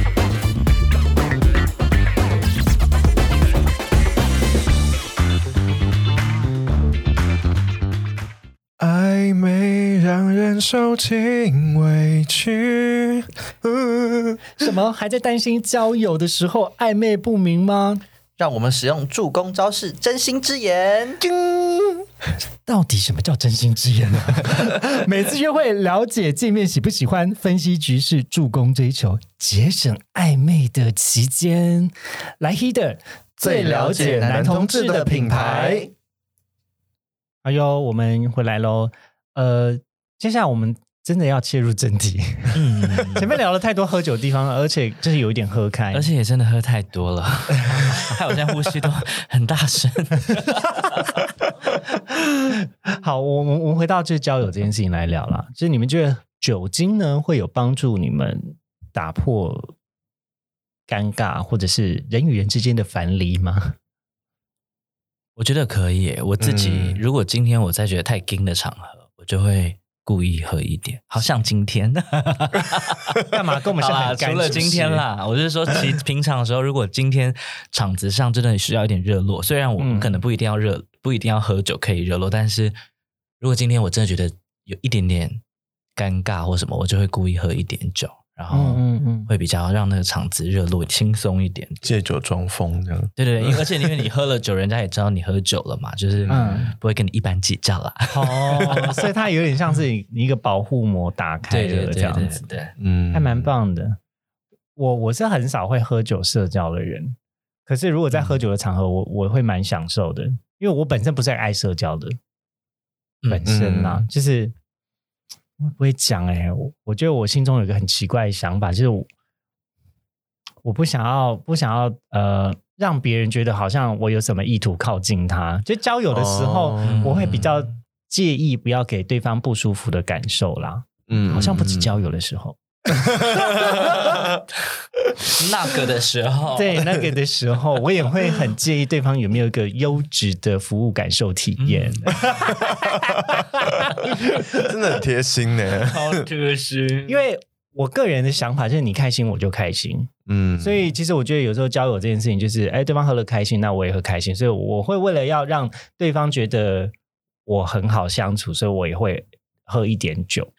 Speaker 2: 爱没让人受尽委屈。
Speaker 1: 什么还在担心交友的时候暧昧不明吗？
Speaker 4: 让我们使用助攻招式，真心之言。
Speaker 1: 到底什么叫真心之言呢、 每次约会了解见面喜不喜欢，分析局势，助攻追求，节省暧昧的期间。来 h e d e r 最了解男同志的品牌。哎呦，我们回来喽。呃，接下来我们真的要切入正题。
Speaker 3: 嗯，
Speaker 1: 前面聊了太多喝酒的地方了，而且就是有一点喝开，
Speaker 3: 而且也真的喝太多了，害我现在呼吸都很大声。
Speaker 1: 好，我们我们回到这交友这件事情来聊啦。就是你们觉得酒精呢会有帮助你们打破尴尬，或者是人与人之间的樊篱吗？
Speaker 3: 我觉得可以耶，我自己、
Speaker 2: 嗯
Speaker 3: 如果今天我再觉得太硬的场合，我就会故意喝一点，好像今天。
Speaker 1: 干嘛跟我们
Speaker 3: 好
Speaker 1: 现
Speaker 3: 啦，
Speaker 1: 在
Speaker 3: 除了今天
Speaker 1: 啦，
Speaker 3: 啦，我是说，其实平常的时候，如果今天场子上真的需要一点热络，虽然我
Speaker 1: 嗯
Speaker 3: 可能不一定要热，不一定要喝酒可以热络，但是如果今天我真的觉得有一点点尴尬或什么，我就会故意喝一点酒，然后
Speaker 1: 嗯嗯嗯，
Speaker 3: 会比较让那个场子热络、轻松一点。
Speaker 2: 借酒装疯这样，
Speaker 3: 对 对对，因为而且因为你喝了酒，人家也知道你喝酒了嘛，就是
Speaker 1: 嗯
Speaker 3: 不会跟你一般计较啦。
Speaker 1: 哦， 所以它有点像是你一个保护膜打开
Speaker 3: 对对
Speaker 1: 了
Speaker 3: 对
Speaker 1: 这
Speaker 3: 对
Speaker 1: 样
Speaker 3: 对
Speaker 1: 子，
Speaker 3: 对，
Speaker 2: 嗯
Speaker 1: 还蛮。棒的。我我是很少会喝酒社交的人，可是如果在
Speaker 2: 嗯
Speaker 1: 喝酒的场合，我我会蛮享受的，因为我本身不是很爱社交的，
Speaker 3: 嗯
Speaker 1: 本身呐、
Speaker 2: 嗯
Speaker 1: 就是我不会讲哎、我我觉得我心中有一个很奇怪的想法，就是我我不想要不想要呃让别人觉得好像我有什么意图靠近他，就交友的时候、
Speaker 2: 哦
Speaker 1: 我会比较介意不要给对方不舒服的感受啦，
Speaker 2: 嗯
Speaker 1: 好像不止交友的时候。
Speaker 3: 那个的时候，
Speaker 1: 对那个的时候，我也会很介意对方有没有一个优质的服务感受体验。
Speaker 2: 真的很贴心呢。
Speaker 3: 超贴心，
Speaker 1: 因为我个人的想法就是，你开心我就开心。
Speaker 2: 嗯，
Speaker 1: 所以其实我觉得有时候交友这件事情，就是哎，对方喝了开心，那我也会开心。所以我会为了要让对方觉得我很好相处，所以我也会喝一点酒。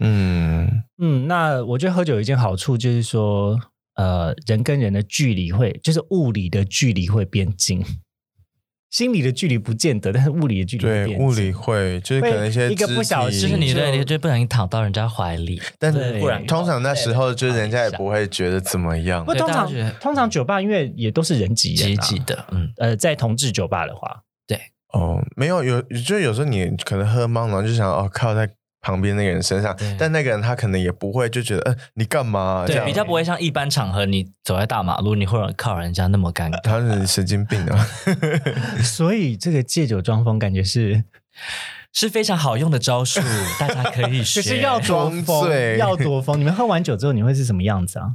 Speaker 2: 嗯
Speaker 1: 嗯，那我觉得喝酒有一件好处就是说，呃，人跟人的距离会，就是物理的距离会变近，心理的距离不见得，但是物理的距离会
Speaker 2: 对，
Speaker 1: 变
Speaker 2: 物
Speaker 1: 近
Speaker 2: 理会就是可能一些
Speaker 1: 会一个不小
Speaker 2: 肢体
Speaker 1: 心
Speaker 3: 就是你
Speaker 1: 就
Speaker 3: 对，你就不小心躺到人家怀里，
Speaker 2: 但
Speaker 1: 对
Speaker 2: 不然通常那时候就是人家也不会觉得怎么样
Speaker 1: 不，。
Speaker 3: 对
Speaker 1: 通
Speaker 3: 大家
Speaker 1: 常
Speaker 3: 觉得
Speaker 1: 通常酒吧因为也都是人挤
Speaker 3: 挤
Speaker 1: 人、啊，
Speaker 3: 挤的，嗯，
Speaker 1: 呃，在同志酒吧的话，
Speaker 2: 哦，没有有，就有时候你可能喝懵，然后就想哦靠在旁边那个人身上
Speaker 3: 对，
Speaker 2: 但那个人他可能也不会就觉得，嗯、你干嘛？这
Speaker 3: 对，
Speaker 1: 啊
Speaker 2: 样
Speaker 3: 比较不会像一般场合，你走在大马路，你会靠人家那么尴尬。
Speaker 2: 他是神经病啊！
Speaker 1: 所以这个借酒装疯感觉是
Speaker 3: 是非常好用的招数，大家可 以学。
Speaker 1: 就是要多
Speaker 2: 装
Speaker 1: 疯，
Speaker 2: 醉
Speaker 1: 要多疯。你们喝完酒之后你会是什么样子啊？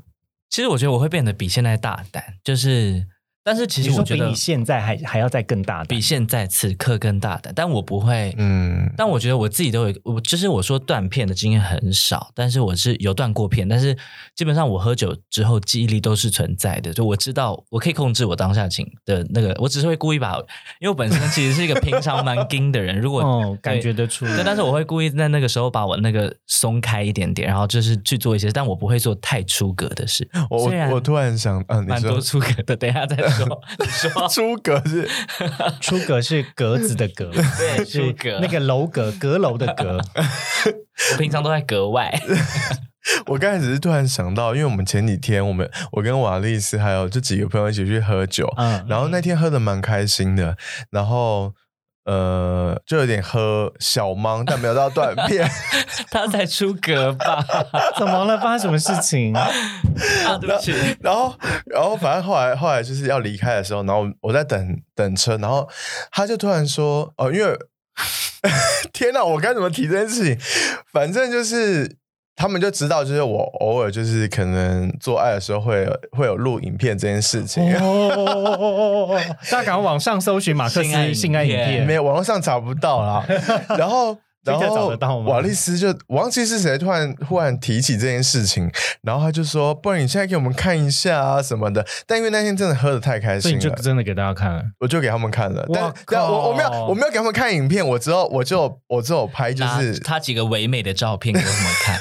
Speaker 3: 其实我觉得我会变得比现在大胆，就是，但是其
Speaker 1: 你
Speaker 3: 实
Speaker 1: 说
Speaker 3: 我觉
Speaker 1: 比
Speaker 3: 得
Speaker 1: 你现在还还要再更大胆
Speaker 3: 比现在此刻更大胆，但我不会，
Speaker 2: 嗯，
Speaker 3: 但我觉得我自己都有一个，我就是我说断片的经验很少，但是我是有断过片，但是基本上我喝酒之后记忆力都是存在的，就我知道我可以控制我当下情的那个，我只是会故意把，因为我本身其实是一个平常蛮硬的人，如果
Speaker 1: 哦，感
Speaker 3: 对
Speaker 1: 觉得 出来。
Speaker 3: 对，但是我会故意在那个时候把我那个松开一点点，然后就是去做一些，但我不会做太出格的事。
Speaker 2: 我
Speaker 3: 虽然
Speaker 2: 我突然想，嗯、哦你
Speaker 3: 蛮多
Speaker 2: 说
Speaker 3: 出格的，等一下再说。你说
Speaker 2: 诸葛是
Speaker 1: 出格是格子的格，对
Speaker 3: 出格
Speaker 1: 那个楼阁 阁楼的阁。
Speaker 3: 我平常都在格外，
Speaker 2: 我刚开始是突然想到，因为我们前几天，我们我跟瓦丽斯还有这几个朋友一起去喝酒，
Speaker 1: 嗯，
Speaker 2: 然后那天喝的蛮开心的，然后呃，就有点喝小懵，但没有到断片。
Speaker 3: 他在出格吧？
Speaker 1: 怎么了？发生什么事情？
Speaker 3: 啊，对不起，
Speaker 2: 然后，然后反正后来后来就是要离开的时候，然后我在等等车，然后他就突然说：“哦，因为 天哪，我该怎么提这件事情？反正就是他们就知道，就是我偶尔就是可能做爱的时候会有会有录影片这件事情。
Speaker 1: 哦，大家赶快网上搜寻马克
Speaker 3: 性爱
Speaker 1: 思
Speaker 3: 影
Speaker 1: 性爱影
Speaker 3: 片
Speaker 1: 片
Speaker 2: 没。有，网络上找不到啦。然后然
Speaker 1: Twitter 找
Speaker 2: 后
Speaker 1: 得到吗
Speaker 2: 瓦利斯就我忘记是谁突然忽然提起这件事情，然后他就说：“不然你现在给我们看一下啊什么的。”但因为那天真的喝的太开
Speaker 1: 所以
Speaker 2: 心
Speaker 1: 你就
Speaker 2: 了，
Speaker 1: 真的给大家看了。
Speaker 2: 我就给他们看了。
Speaker 1: 哇
Speaker 2: 但但我我没有
Speaker 1: 靠
Speaker 2: 我没有给他们看影片，我只有我就我只有拍就
Speaker 3: 拿
Speaker 2: 是
Speaker 3: 他几个唯美的照片给我们 看，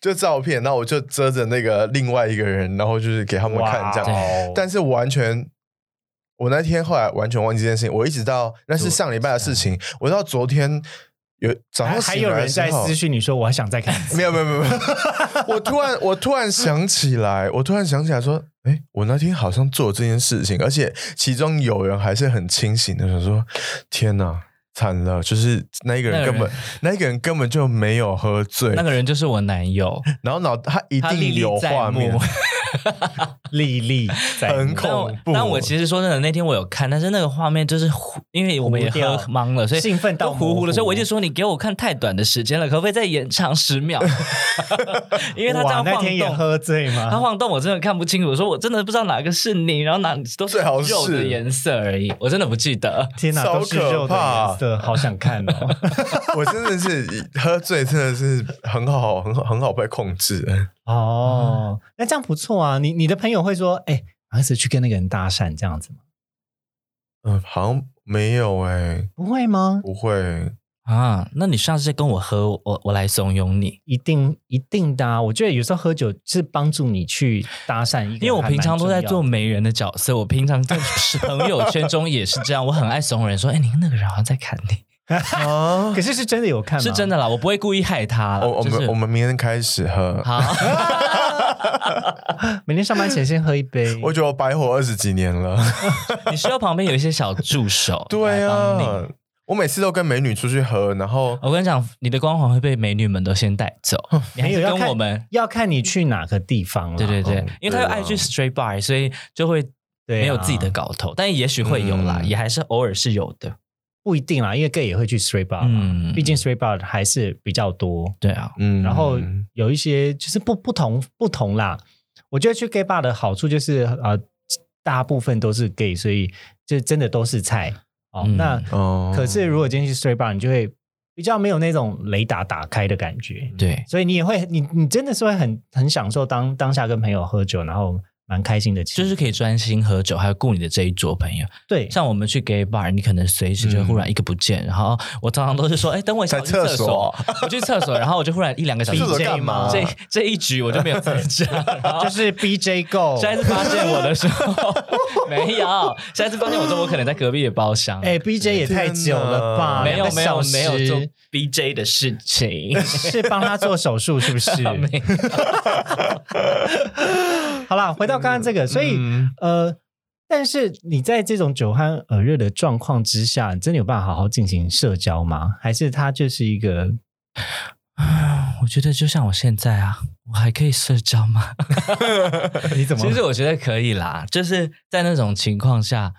Speaker 2: 就照片，然后我就遮着那个另外一个人，然后就是给他们看这样。
Speaker 1: 样
Speaker 2: 但是我完全，我那天后来完全忘记这件事情，我一直到那是上礼拜的事情，我到昨天有早上
Speaker 1: 还还有人在私
Speaker 2: 私
Speaker 1: 讯你说我还想再看 一次，
Speaker 2: 没有没有没有，没有 我突然我突然想起来，我突然想起来说，哎、我那天好像做这件事情，而且其中有人还是很清醒的，想说，天哪，惨了，就是那一个人
Speaker 3: 那个人
Speaker 2: 根本那一个人根本就没有喝醉，
Speaker 3: 那个人就是我男友，
Speaker 2: 然后脑他一
Speaker 3: 他历
Speaker 2: 定
Speaker 3: 历
Speaker 2: 有
Speaker 3: 在
Speaker 2: 画面
Speaker 3: 目。。
Speaker 1: 历历在目
Speaker 2: 很
Speaker 3: 但
Speaker 2: 恐
Speaker 3: 我
Speaker 2: 怖
Speaker 3: 但我其实说真的，那天我有看，但是那个画面就是糊因为我们也
Speaker 1: 糊
Speaker 3: 喝
Speaker 1: 掉
Speaker 3: 懵了，所以
Speaker 1: 兴奋到
Speaker 3: 都糊糊
Speaker 1: 模糊
Speaker 3: 了，所以我就说你给我看太短的时间了，可不可以再延长十秒？ 因为他这
Speaker 1: 哇
Speaker 3: 样
Speaker 1: 那
Speaker 3: 晃
Speaker 1: 天也
Speaker 3: 动。
Speaker 1: 喝醉吗？
Speaker 3: 他晃动，我真的看不清楚。我说我真的不知道哪个是你，然后哪都是
Speaker 2: 最好是
Speaker 3: 肉的颜色而已，我真的不记得。
Speaker 1: 天哪，
Speaker 2: 超
Speaker 1: 都是肉的
Speaker 2: 可怕
Speaker 1: 颜 色，好想看哦！
Speaker 2: 我真的是喝醉，真的是很好，很好，很好被控制。
Speaker 1: 哦，那这样不错啊。你你的朋友会说，哎、马克思去跟那个人搭讪这样子吗？
Speaker 2: 嗯，好像没有哎、
Speaker 1: 不会吗？
Speaker 2: 不 会。
Speaker 3: 啊，那你下次再跟我喝，我我来怂恿你，
Speaker 1: 一定一定的啊！我觉得有时候喝酒是帮助你去搭讪一个人，
Speaker 3: 因为我
Speaker 1: 还蛮
Speaker 3: 平常都在
Speaker 1: 重要的
Speaker 3: 做媒人的角色，我平常在 朋友圈中也是这样，我很爱怂人说，哎、你那个人好像在看你，
Speaker 2: 啊
Speaker 1: 可是 是真的有看吗？
Speaker 3: 是真的啦，我不会故意害他啦，
Speaker 2: 我我
Speaker 3: 就
Speaker 2: 们、
Speaker 3: 是
Speaker 2: 我们明天开始喝。
Speaker 3: 好，
Speaker 1: 每天上班前先喝一杯，
Speaker 2: 我觉得我白活二十几年了。
Speaker 3: 你需要旁边有一些小助手，
Speaker 2: 对
Speaker 3: 来帮
Speaker 2: 啊
Speaker 3: 你。，哦
Speaker 2: 我每次都跟美女出去喝，然后
Speaker 3: 我跟你讲，你的光环会被美女们都先带走，
Speaker 2: 哦
Speaker 3: 你还
Speaker 1: 没有
Speaker 3: 是
Speaker 1: 要
Speaker 3: 跟
Speaker 1: 看
Speaker 3: 我们。
Speaker 1: 要看你去哪个地方了。哦
Speaker 3: 对对对
Speaker 2: 嗯，
Speaker 3: 因为他又
Speaker 2: 对啊
Speaker 3: 爱去 straight bar，所以就会
Speaker 1: 对啊
Speaker 3: 没有自己的搞头，但也许会有啦，
Speaker 2: 嗯
Speaker 3: 也还是偶尔是有的。
Speaker 1: 不一定啦，因为 gay 也会去 straight bar，嘛、
Speaker 3: 嗯，
Speaker 1: 毕竟 straight bar 还是比较多。
Speaker 3: 对啊，
Speaker 2: 嗯，
Speaker 1: 然后有一些就是不不同不同啦。我觉得去 gay bar 的好处就是呃，大部分都是 gay，所以就真的都是菜哦。
Speaker 3: 嗯
Speaker 1: 那
Speaker 2: 哦
Speaker 1: 可是如果今天去 straight bar，你就会比较没有那种雷达打开的感觉，
Speaker 3: 对，
Speaker 1: 所以你也会你你真的是会很很享受当当下跟朋友喝酒，然后蛮开心的气氛，
Speaker 3: 就是可以专心喝酒，还有顾你的这一桌朋友。
Speaker 1: 对。
Speaker 3: 像我们去 gay bar，你可能随时就忽然一个不见，然后我常常都是说，哎，等我一下，
Speaker 2: 在
Speaker 3: 我去
Speaker 2: 厕
Speaker 3: 厕
Speaker 2: 所，
Speaker 3: 我去厕所，然后我就忽然一两个小时
Speaker 2: 厕
Speaker 1: 去
Speaker 2: 所
Speaker 3: 不见
Speaker 2: 干嘛？
Speaker 3: 这这一局我就没有参加，然后
Speaker 1: 就是 B J Go，
Speaker 3: 下一次发 现我的时 候没有，下一次发现我说我可能在隔壁的包厢，
Speaker 1: 哎、b J 也太久了吧？
Speaker 3: 没有
Speaker 1: 两个
Speaker 3: 没有
Speaker 1: 小时
Speaker 3: 没有做 BJ 的事情，
Speaker 1: 是帮他做手术 是不是？
Speaker 3: 没
Speaker 1: 好啦，回到刚刚这个，所以、
Speaker 2: 嗯
Speaker 1: 呃，但是你在这种酒酣耳热的状况之下，你真的有办法好好进行社交吗？还是它就是一个
Speaker 3: 我觉得就像我现在啊，我还可以社交吗？
Speaker 1: 你怎么
Speaker 3: 其实我觉得可以啦，就是在那种情况下，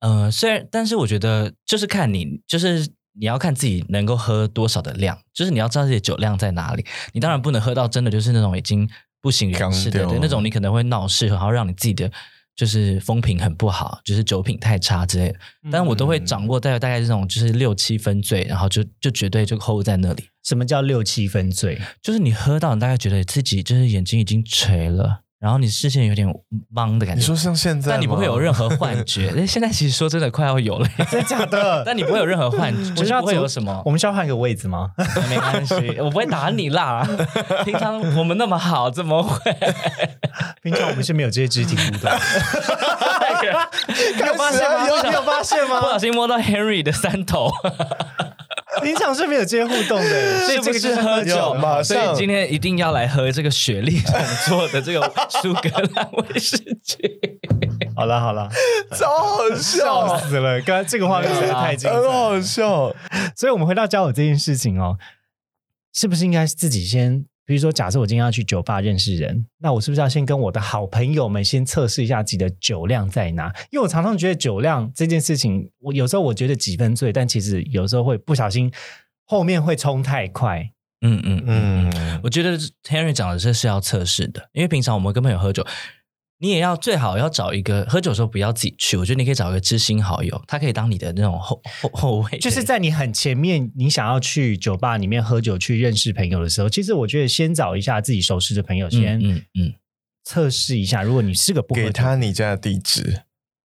Speaker 3: 呃，虽然但是我觉得就是看你，就是你要看自己能够喝多少的量，就是你要知道自己的酒量在哪里。你当然不能喝到真的就是那种已经不省人事的，
Speaker 2: 干掉
Speaker 3: 对那种你可能会闹事，然后让你自己的。就是风评很不好，就是酒品太差之类的，
Speaker 1: 嗯
Speaker 3: 但我都会掌握在大概这种就是六七分醉，然后就就绝对就 hold 在那里。
Speaker 1: 什么叫六七分醉？
Speaker 3: 就是你喝到，你大概觉得自己就是眼睛已经垂了，然后你视线有点懵的感
Speaker 2: 你
Speaker 3: 觉
Speaker 2: 说。像现在吗，
Speaker 3: 但你不会有任何幻觉， 但现在其实说真的快要有了，
Speaker 1: 真的假的？
Speaker 3: 但你不会有任何幻觉，
Speaker 1: 我
Speaker 3: 就
Speaker 1: 们
Speaker 3: 是
Speaker 1: 要
Speaker 3: 不会
Speaker 1: 组
Speaker 3: 有什么
Speaker 1: 我，们需要换个位置吗？
Speaker 3: 没关系，我不会打你 啦。平常我们那么好，怎么 会？
Speaker 1: 平常我们是没有这些肢体互动 的，你有发现吗？
Speaker 2: 开
Speaker 3: 啊
Speaker 2: 始了
Speaker 1: 啊你有发现
Speaker 3: 不
Speaker 1: 吗
Speaker 3: 小？心摸到 Henry 的三头，
Speaker 1: 平常是没有这些互动的，所以
Speaker 3: 是
Speaker 1: 这
Speaker 3: 不
Speaker 1: 个
Speaker 3: 是
Speaker 1: 就
Speaker 3: 喝酒
Speaker 2: 有马？
Speaker 3: 所以
Speaker 2: 上
Speaker 3: 今天一定要来喝这个雪莉桶做的这个苏格兰威士忌。
Speaker 1: 好了好了，
Speaker 2: 超好
Speaker 1: 笑
Speaker 2: 笑，
Speaker 1: 死了！刚刚这个画面实在太精彩
Speaker 2: 很
Speaker 1: 了
Speaker 2: 好。笑。
Speaker 1: 所以，我们回到交友这件事情哦，是不是应该自己先，比如说，假设我今天要去酒吧认识人，那我是不是要先跟我的好朋友们先测试一下自己的酒量在哪？因为我常常觉得酒量这件事情，我有时候我觉得几分醉，但其实有时候会不小心后面会冲太快。
Speaker 3: 嗯嗯嗯。
Speaker 2: 嗯，
Speaker 3: 我觉得 Henry 讲的这是要测试的，因为平常我们跟朋友喝酒，你也要最好要找一个喝酒的时候不要自己去，我觉得你可以找一个知心好友，他可以当你的那种后 后后卫，
Speaker 1: 就是在你很前面，你想要去酒吧里面喝酒去认识朋友的时候，其实我觉得先找一下自己熟识的朋友，
Speaker 3: 嗯
Speaker 1: 先
Speaker 3: 嗯嗯，
Speaker 1: 测试一下。如果你是个不喝
Speaker 2: 给
Speaker 1: 酒
Speaker 2: 他你家的地址，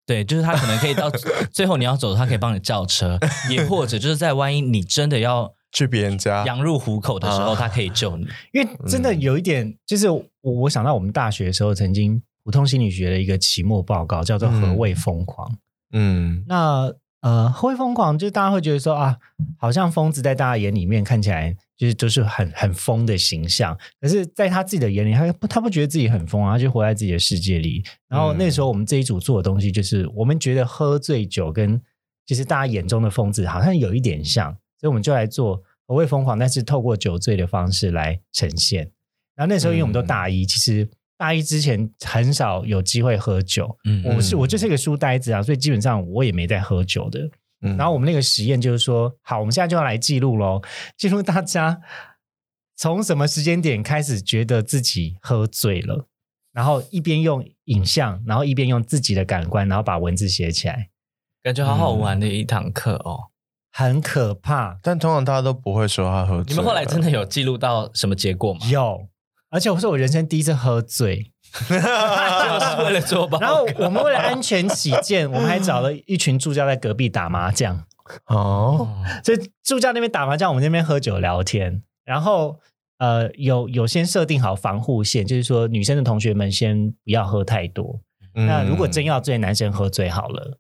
Speaker 3: 对，就是他可能可以到最后你要走，他可以帮你叫车，也或者就是在万一你真的要
Speaker 2: 去别人家。
Speaker 3: 羊入虎口的时 候，
Speaker 2: 啊
Speaker 3: 他可以救你。
Speaker 1: 因为真
Speaker 2: 嗯
Speaker 1: 的有一点，就是我我想到我们大学的时候，曾经普通心理学的一个期末报告叫做“
Speaker 2: 嗯
Speaker 1: 何谓疯狂”
Speaker 2: 嗯，
Speaker 1: 那呃，何谓疯狂？就是大家会觉得说啊，好像疯子在大家眼里面看起来就是就是很很疯的形象，可是在他自己的眼里，他不他不觉得自己很疯啊，他就活在自己的世界里。然后那时候我们这一组做的东西，就是我们觉得喝醉酒跟就是大家眼中的疯子好像有一点像，所以我们就来做何谓疯狂，但是透过酒醉的方式来呈现。然后那时候因为我们都大一，其实大一之前很少有机会喝酒，
Speaker 3: 嗯，
Speaker 1: 我
Speaker 3: 嗯
Speaker 1: 是我就是一个书呆子啊，所以基本上我也没在喝酒的。
Speaker 2: 嗯
Speaker 1: 然后我们那个实验就是说，好，我们现在就要来记录喽，记录大家从什么时间点开始觉得自己喝醉了，然后一边用影像，然后一边用自己的感官，然后把文字写起来，
Speaker 3: 感觉好好玩的一堂课哦。
Speaker 1: 很可怕。
Speaker 2: 但通常大家都不会说他喝醉。
Speaker 3: 你们后来真的有记录到什么结 果吗？
Speaker 1: 有，而且我是我人生第一次喝醉，
Speaker 3: 就是为了做报告。
Speaker 1: 然 后我们为了安全起见，我们还找了一群助教在隔壁打麻将。
Speaker 2: 哦，
Speaker 3: 哦
Speaker 1: 所以助教那边打麻将，我们那边喝酒聊天，然后呃有有先设定好防护线，就是说女生的同学们先不要喝太多。
Speaker 2: 嗯
Speaker 1: 那如果真要醉，男生喝醉好了。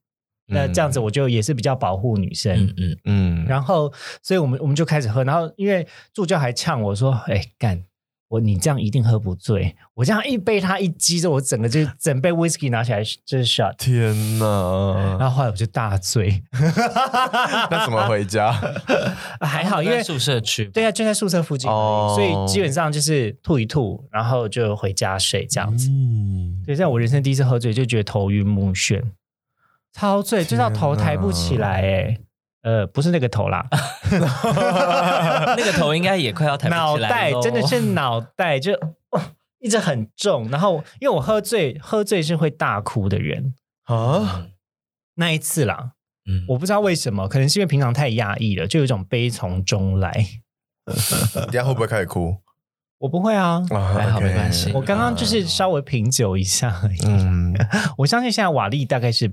Speaker 1: 那这样子，我就也是比较保护女生。
Speaker 3: 嗯嗯，
Speaker 2: 嗯，
Speaker 1: 然后，所以我们我们就开始喝。然后，因为助教还呛我说：“哎、干我你这样一定喝不醉。”我这样一被他一激着，我整个就整杯 whisky 拿起来就是 shot。
Speaker 2: 天哪，
Speaker 1: 然后后来我就大醉。
Speaker 2: 那怎么回家？
Speaker 1: 还好，因
Speaker 3: 在
Speaker 1: 为
Speaker 3: 宿舍区
Speaker 1: 对啊，就在宿舍附近而已，
Speaker 2: 哦
Speaker 1: 所以基本上就是吐一吐，然后就回家睡这样子。
Speaker 2: 嗯，
Speaker 1: 对，在我人生第一次喝醉，就觉得头晕目眩，超醉，醉到头抬不起来、欸，呃，不是那个头啦，
Speaker 3: 那个头应该也快 要抬不
Speaker 1: 脑
Speaker 3: 起来
Speaker 1: 袋
Speaker 3: 咯
Speaker 1: 真的是脑袋就、哇一直很重，然后因为我喝醉，喝醉是会大哭的人，
Speaker 2: 啊，
Speaker 1: 那一次啦，
Speaker 3: 嗯，
Speaker 1: 我不知道为什么，可能是因为平常太压抑了，就有一种悲从中来。
Speaker 2: 等下会不会开始哭？
Speaker 1: 我不会啊，
Speaker 2: 啊
Speaker 3: 还好
Speaker 2: OK
Speaker 3: 没关系
Speaker 1: 我刚刚
Speaker 3: 啊
Speaker 1: 就是稍微品酒一下而已。
Speaker 2: 嗯，
Speaker 1: 我相信现在瓦力大概是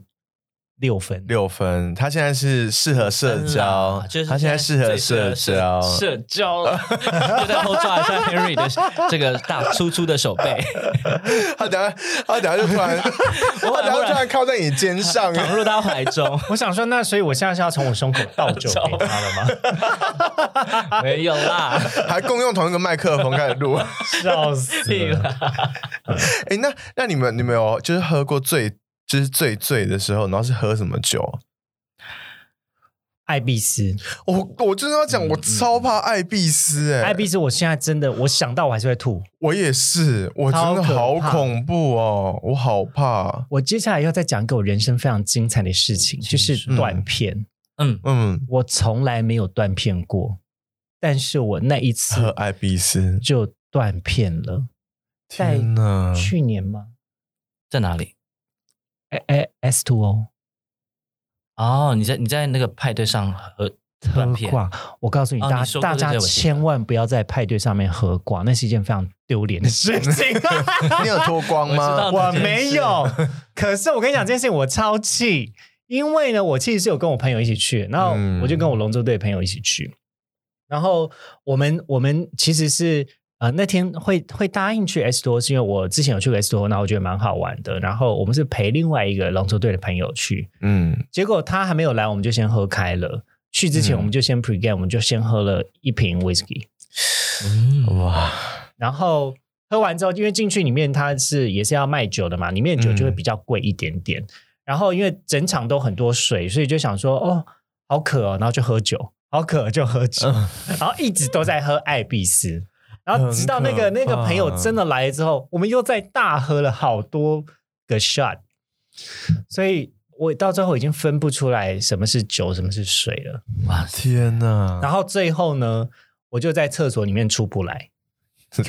Speaker 1: 六分，
Speaker 2: 六分，他现在是适合社交
Speaker 3: 嗯啦，就是
Speaker 2: 他现在适合社
Speaker 3: 最
Speaker 2: 交，
Speaker 3: 社 交了，就在偷抓一下 Henry 的 这个大粗粗的手 背，
Speaker 2: 他等下他等下就突然，他等下突然靠在你肩上，
Speaker 3: 躺入他怀中。
Speaker 1: 我想说，那所以我现在是要从我胸口 倒酒给他了 吗？
Speaker 3: 没有啦，
Speaker 2: 还共用同一个麦克风开始录。
Speaker 1: 笑死
Speaker 3: 屁
Speaker 1: 了！
Speaker 3: 啦
Speaker 2: 哎，那那你们你们有就是喝过最就是最醉的时候，然后是喝什么酒？啊
Speaker 1: 艾必斯，
Speaker 2: 我我就是要讲，我超怕艾必斯哎，
Speaker 1: 艾必斯，我现在真的，我想到我还是会吐。
Speaker 2: 我也是，我真
Speaker 1: 超
Speaker 2: 的好
Speaker 1: 可怕
Speaker 2: 恐怖哦，我好怕。
Speaker 1: 我接下来要再讲一个我人生非常精彩的事情，
Speaker 3: 请
Speaker 1: 就是
Speaker 3: 说
Speaker 1: 断片。
Speaker 3: 嗯，
Speaker 2: 嗯，
Speaker 1: 我从来没有断片过，但是我那一次
Speaker 2: 喝艾必斯，
Speaker 1: 就断片了。在
Speaker 2: 天哪！
Speaker 1: 去年吗？
Speaker 3: 在哪里？
Speaker 1: 哎哎，S two O
Speaker 3: 哦，你在你在那个派对上喝断
Speaker 1: 喝
Speaker 3: 片，
Speaker 1: 挂，我告诉你，
Speaker 3: 哦
Speaker 1: 大
Speaker 3: 你
Speaker 1: 家
Speaker 3: 说过
Speaker 1: 大
Speaker 3: 这
Speaker 1: 家
Speaker 3: 个我记得
Speaker 1: 千万不要在派对上面喝挂，那是一件非常丢脸的事 情。
Speaker 2: 你有脱光
Speaker 3: 我知
Speaker 2: 吗
Speaker 3: 道？
Speaker 1: 我没有，可是我跟你讲这件事情，我超气，因为呢，我其实是有跟我朋友一起去，然后
Speaker 2: 嗯
Speaker 1: 我就跟我龙舟队的朋友一起去，然后我们我们其实是。呃，那天会会答应去 S 多，是因为我之前有去过 S 多，然后我觉得蛮好玩的。然后我们是陪另外一个龙舟队的朋友去，
Speaker 2: 嗯
Speaker 1: 结果他还没有来，我们就先喝开了。去之前
Speaker 2: 嗯
Speaker 1: 我们就先 pre game，、我们就先喝了一瓶 whisky，
Speaker 3: 嗯，
Speaker 2: 哇，
Speaker 1: 然后喝完之后，因为进去里面它是也是要卖酒的嘛，里面的酒就会比较贵一点点。然后因为整场都很多水，所以就想说哦，好渴哦，然后就喝酒，好渴哦就喝
Speaker 2: 嗯
Speaker 1: 酒，然后一直都在喝艾必斯。然后直到那个
Speaker 2: 很可
Speaker 1: 那
Speaker 2: 怕
Speaker 1: 个朋友真的来了之后，我们又再大喝了好多个 shot，所以我到最后已经分不出来什么是酒，什么是水了。
Speaker 3: 哇，
Speaker 2: 天哪！
Speaker 1: 然后最后呢，我就在厕所里面出不来，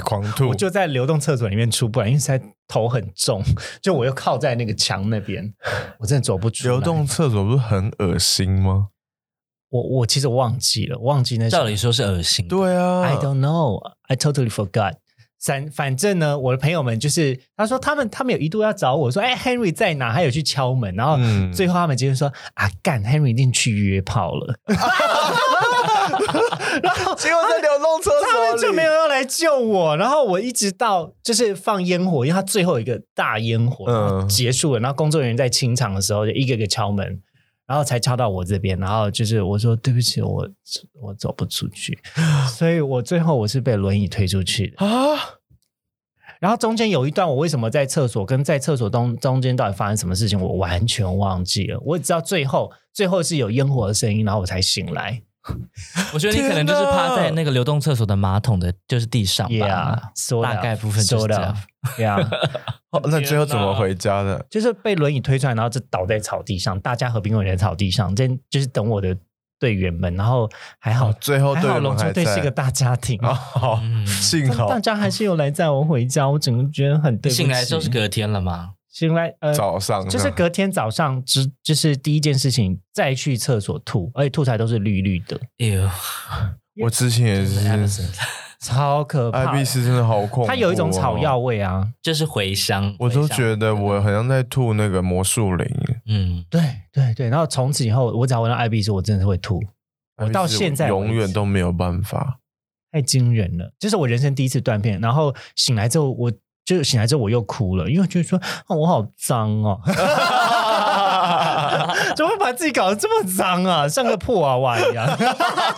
Speaker 2: 狂吐
Speaker 1: 我。就在流动厕所里面出不来，因为实在头很重，就我又靠在那个墙那边，我真的走不出来。
Speaker 2: 流动，厕所不是很恶心吗？
Speaker 1: 我我其实忘记了，忘记那是
Speaker 3: 照理说是恶心，，
Speaker 2: 对啊
Speaker 1: I don't know. I totally forgot. 反反正呢，我的朋友们就是，他说他们他们有一度要找我说，哎、h e n r y 在哪？还有去敲门，然后
Speaker 2: 嗯
Speaker 1: 最后他们结论说，啊，干，Henry 一定去约炮 了，
Speaker 2: 结果在流动厕
Speaker 1: 他们就
Speaker 2: 所
Speaker 1: 没
Speaker 2: 里
Speaker 1: 有，要来救我。然后我一直到就是放烟火，因为他最后一个大烟火、
Speaker 2: 嗯
Speaker 1: 然后结束了，然后工作人员在清场的时候就一个一个敲门。然后才敲到我这边，然后就是我说对不起，我我走不出去，所以我最后我是被轮椅推出去的。
Speaker 2: 啊！
Speaker 1: 然后中间有一段，我为什么在厕所跟在厕所中中间到底发生什么事情，我完全忘记了。我只知道最后最后是有烟火的声音，然后我才醒来。
Speaker 3: 我觉得你可能就是趴在那个流动厕所的马桶的，就是地上吧
Speaker 1: Yeah，说
Speaker 3: 大概部分就是
Speaker 1: 说
Speaker 3: 这
Speaker 1: 的
Speaker 3: 样。
Speaker 1: ，Yeah，
Speaker 2: 哦那最后怎么回家的？
Speaker 1: 就是被轮椅推出来，然后就倒在草地上，大家和平滚在草地上，这就是等我的队员们。然后还好，
Speaker 2: 哦最后
Speaker 1: 还
Speaker 2: 队
Speaker 1: 好
Speaker 2: 友
Speaker 1: 龙
Speaker 2: 们
Speaker 1: 舟
Speaker 2: 还
Speaker 1: 队
Speaker 2: 在
Speaker 1: 是个大家庭，
Speaker 2: 啊，好，
Speaker 3: 嗯
Speaker 2: 幸 好
Speaker 1: 大家还是有来载我回家，我整个觉得很对不起。
Speaker 3: 醒来就是隔天了吗？
Speaker 1: 醒来呃
Speaker 2: 早上啊
Speaker 1: 就是隔天早上之，就是第一件事情再去厕所吐，而且吐出来都是绿绿的，
Speaker 3: 哎呦，
Speaker 2: 我之前也是
Speaker 3: Amazon
Speaker 1: 超可
Speaker 2: 艾
Speaker 1: 怕
Speaker 2: 必。斯真的好恐怖哦，
Speaker 1: 它有一种草药味啊，
Speaker 3: 就是茴香，
Speaker 2: 我都
Speaker 3: 得，
Speaker 2: 觉得我好像在吐那个魔术林。
Speaker 3: 嗯，
Speaker 1: 对对对。然后从此以后，我只要闻到艾必斯，我真的是会吐，我到现在为止
Speaker 2: 永远都没有办法。
Speaker 1: 太惊人了。这是我人生第一次断片，然后醒来之后，我就醒来之后我又哭了，因为我觉得说啊、我好脏哦， 怎么会把自己搞得这么脏啊，像个破娃娃一样。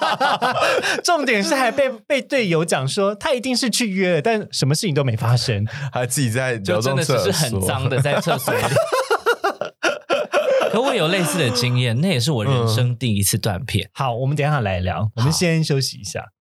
Speaker 1: 重点是还被被队友讲说他一定是去约了，但什么事情都没发生。
Speaker 2: 还自己在流
Speaker 3: 就真
Speaker 2: 动
Speaker 3: 的只
Speaker 2: 厕所，
Speaker 3: 是很脏的在厕所里。可我有类似的经验，那也是我人
Speaker 2: 嗯
Speaker 3: 生第一次断片。
Speaker 1: 好，我们等一下来聊，我们先休息一下。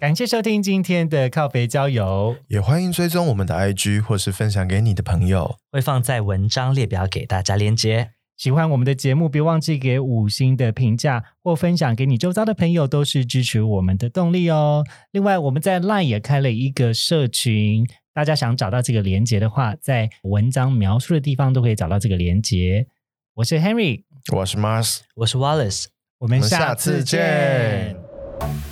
Speaker 1: 感谢收听今天的靠北郊游，
Speaker 2: 也欢迎追踪我们的 IG 或是分享给你的朋友。
Speaker 3: 会放在文章列表给大家连接。
Speaker 1: 喜欢我们的节目，别忘记给五星的评价或分享给你周遭的朋友，都是支持我们的动力哦。另外，我们在 LINE 也开了一个社群，大家想找到这个连接的话，在文章描述的地方都可以找到这个连接。我是 Henry，
Speaker 2: 我是 Mars。
Speaker 3: 我是 Wallace，
Speaker 1: 我们
Speaker 2: 我们
Speaker 1: 下
Speaker 2: 下次
Speaker 1: 次
Speaker 2: 见
Speaker 1: 见。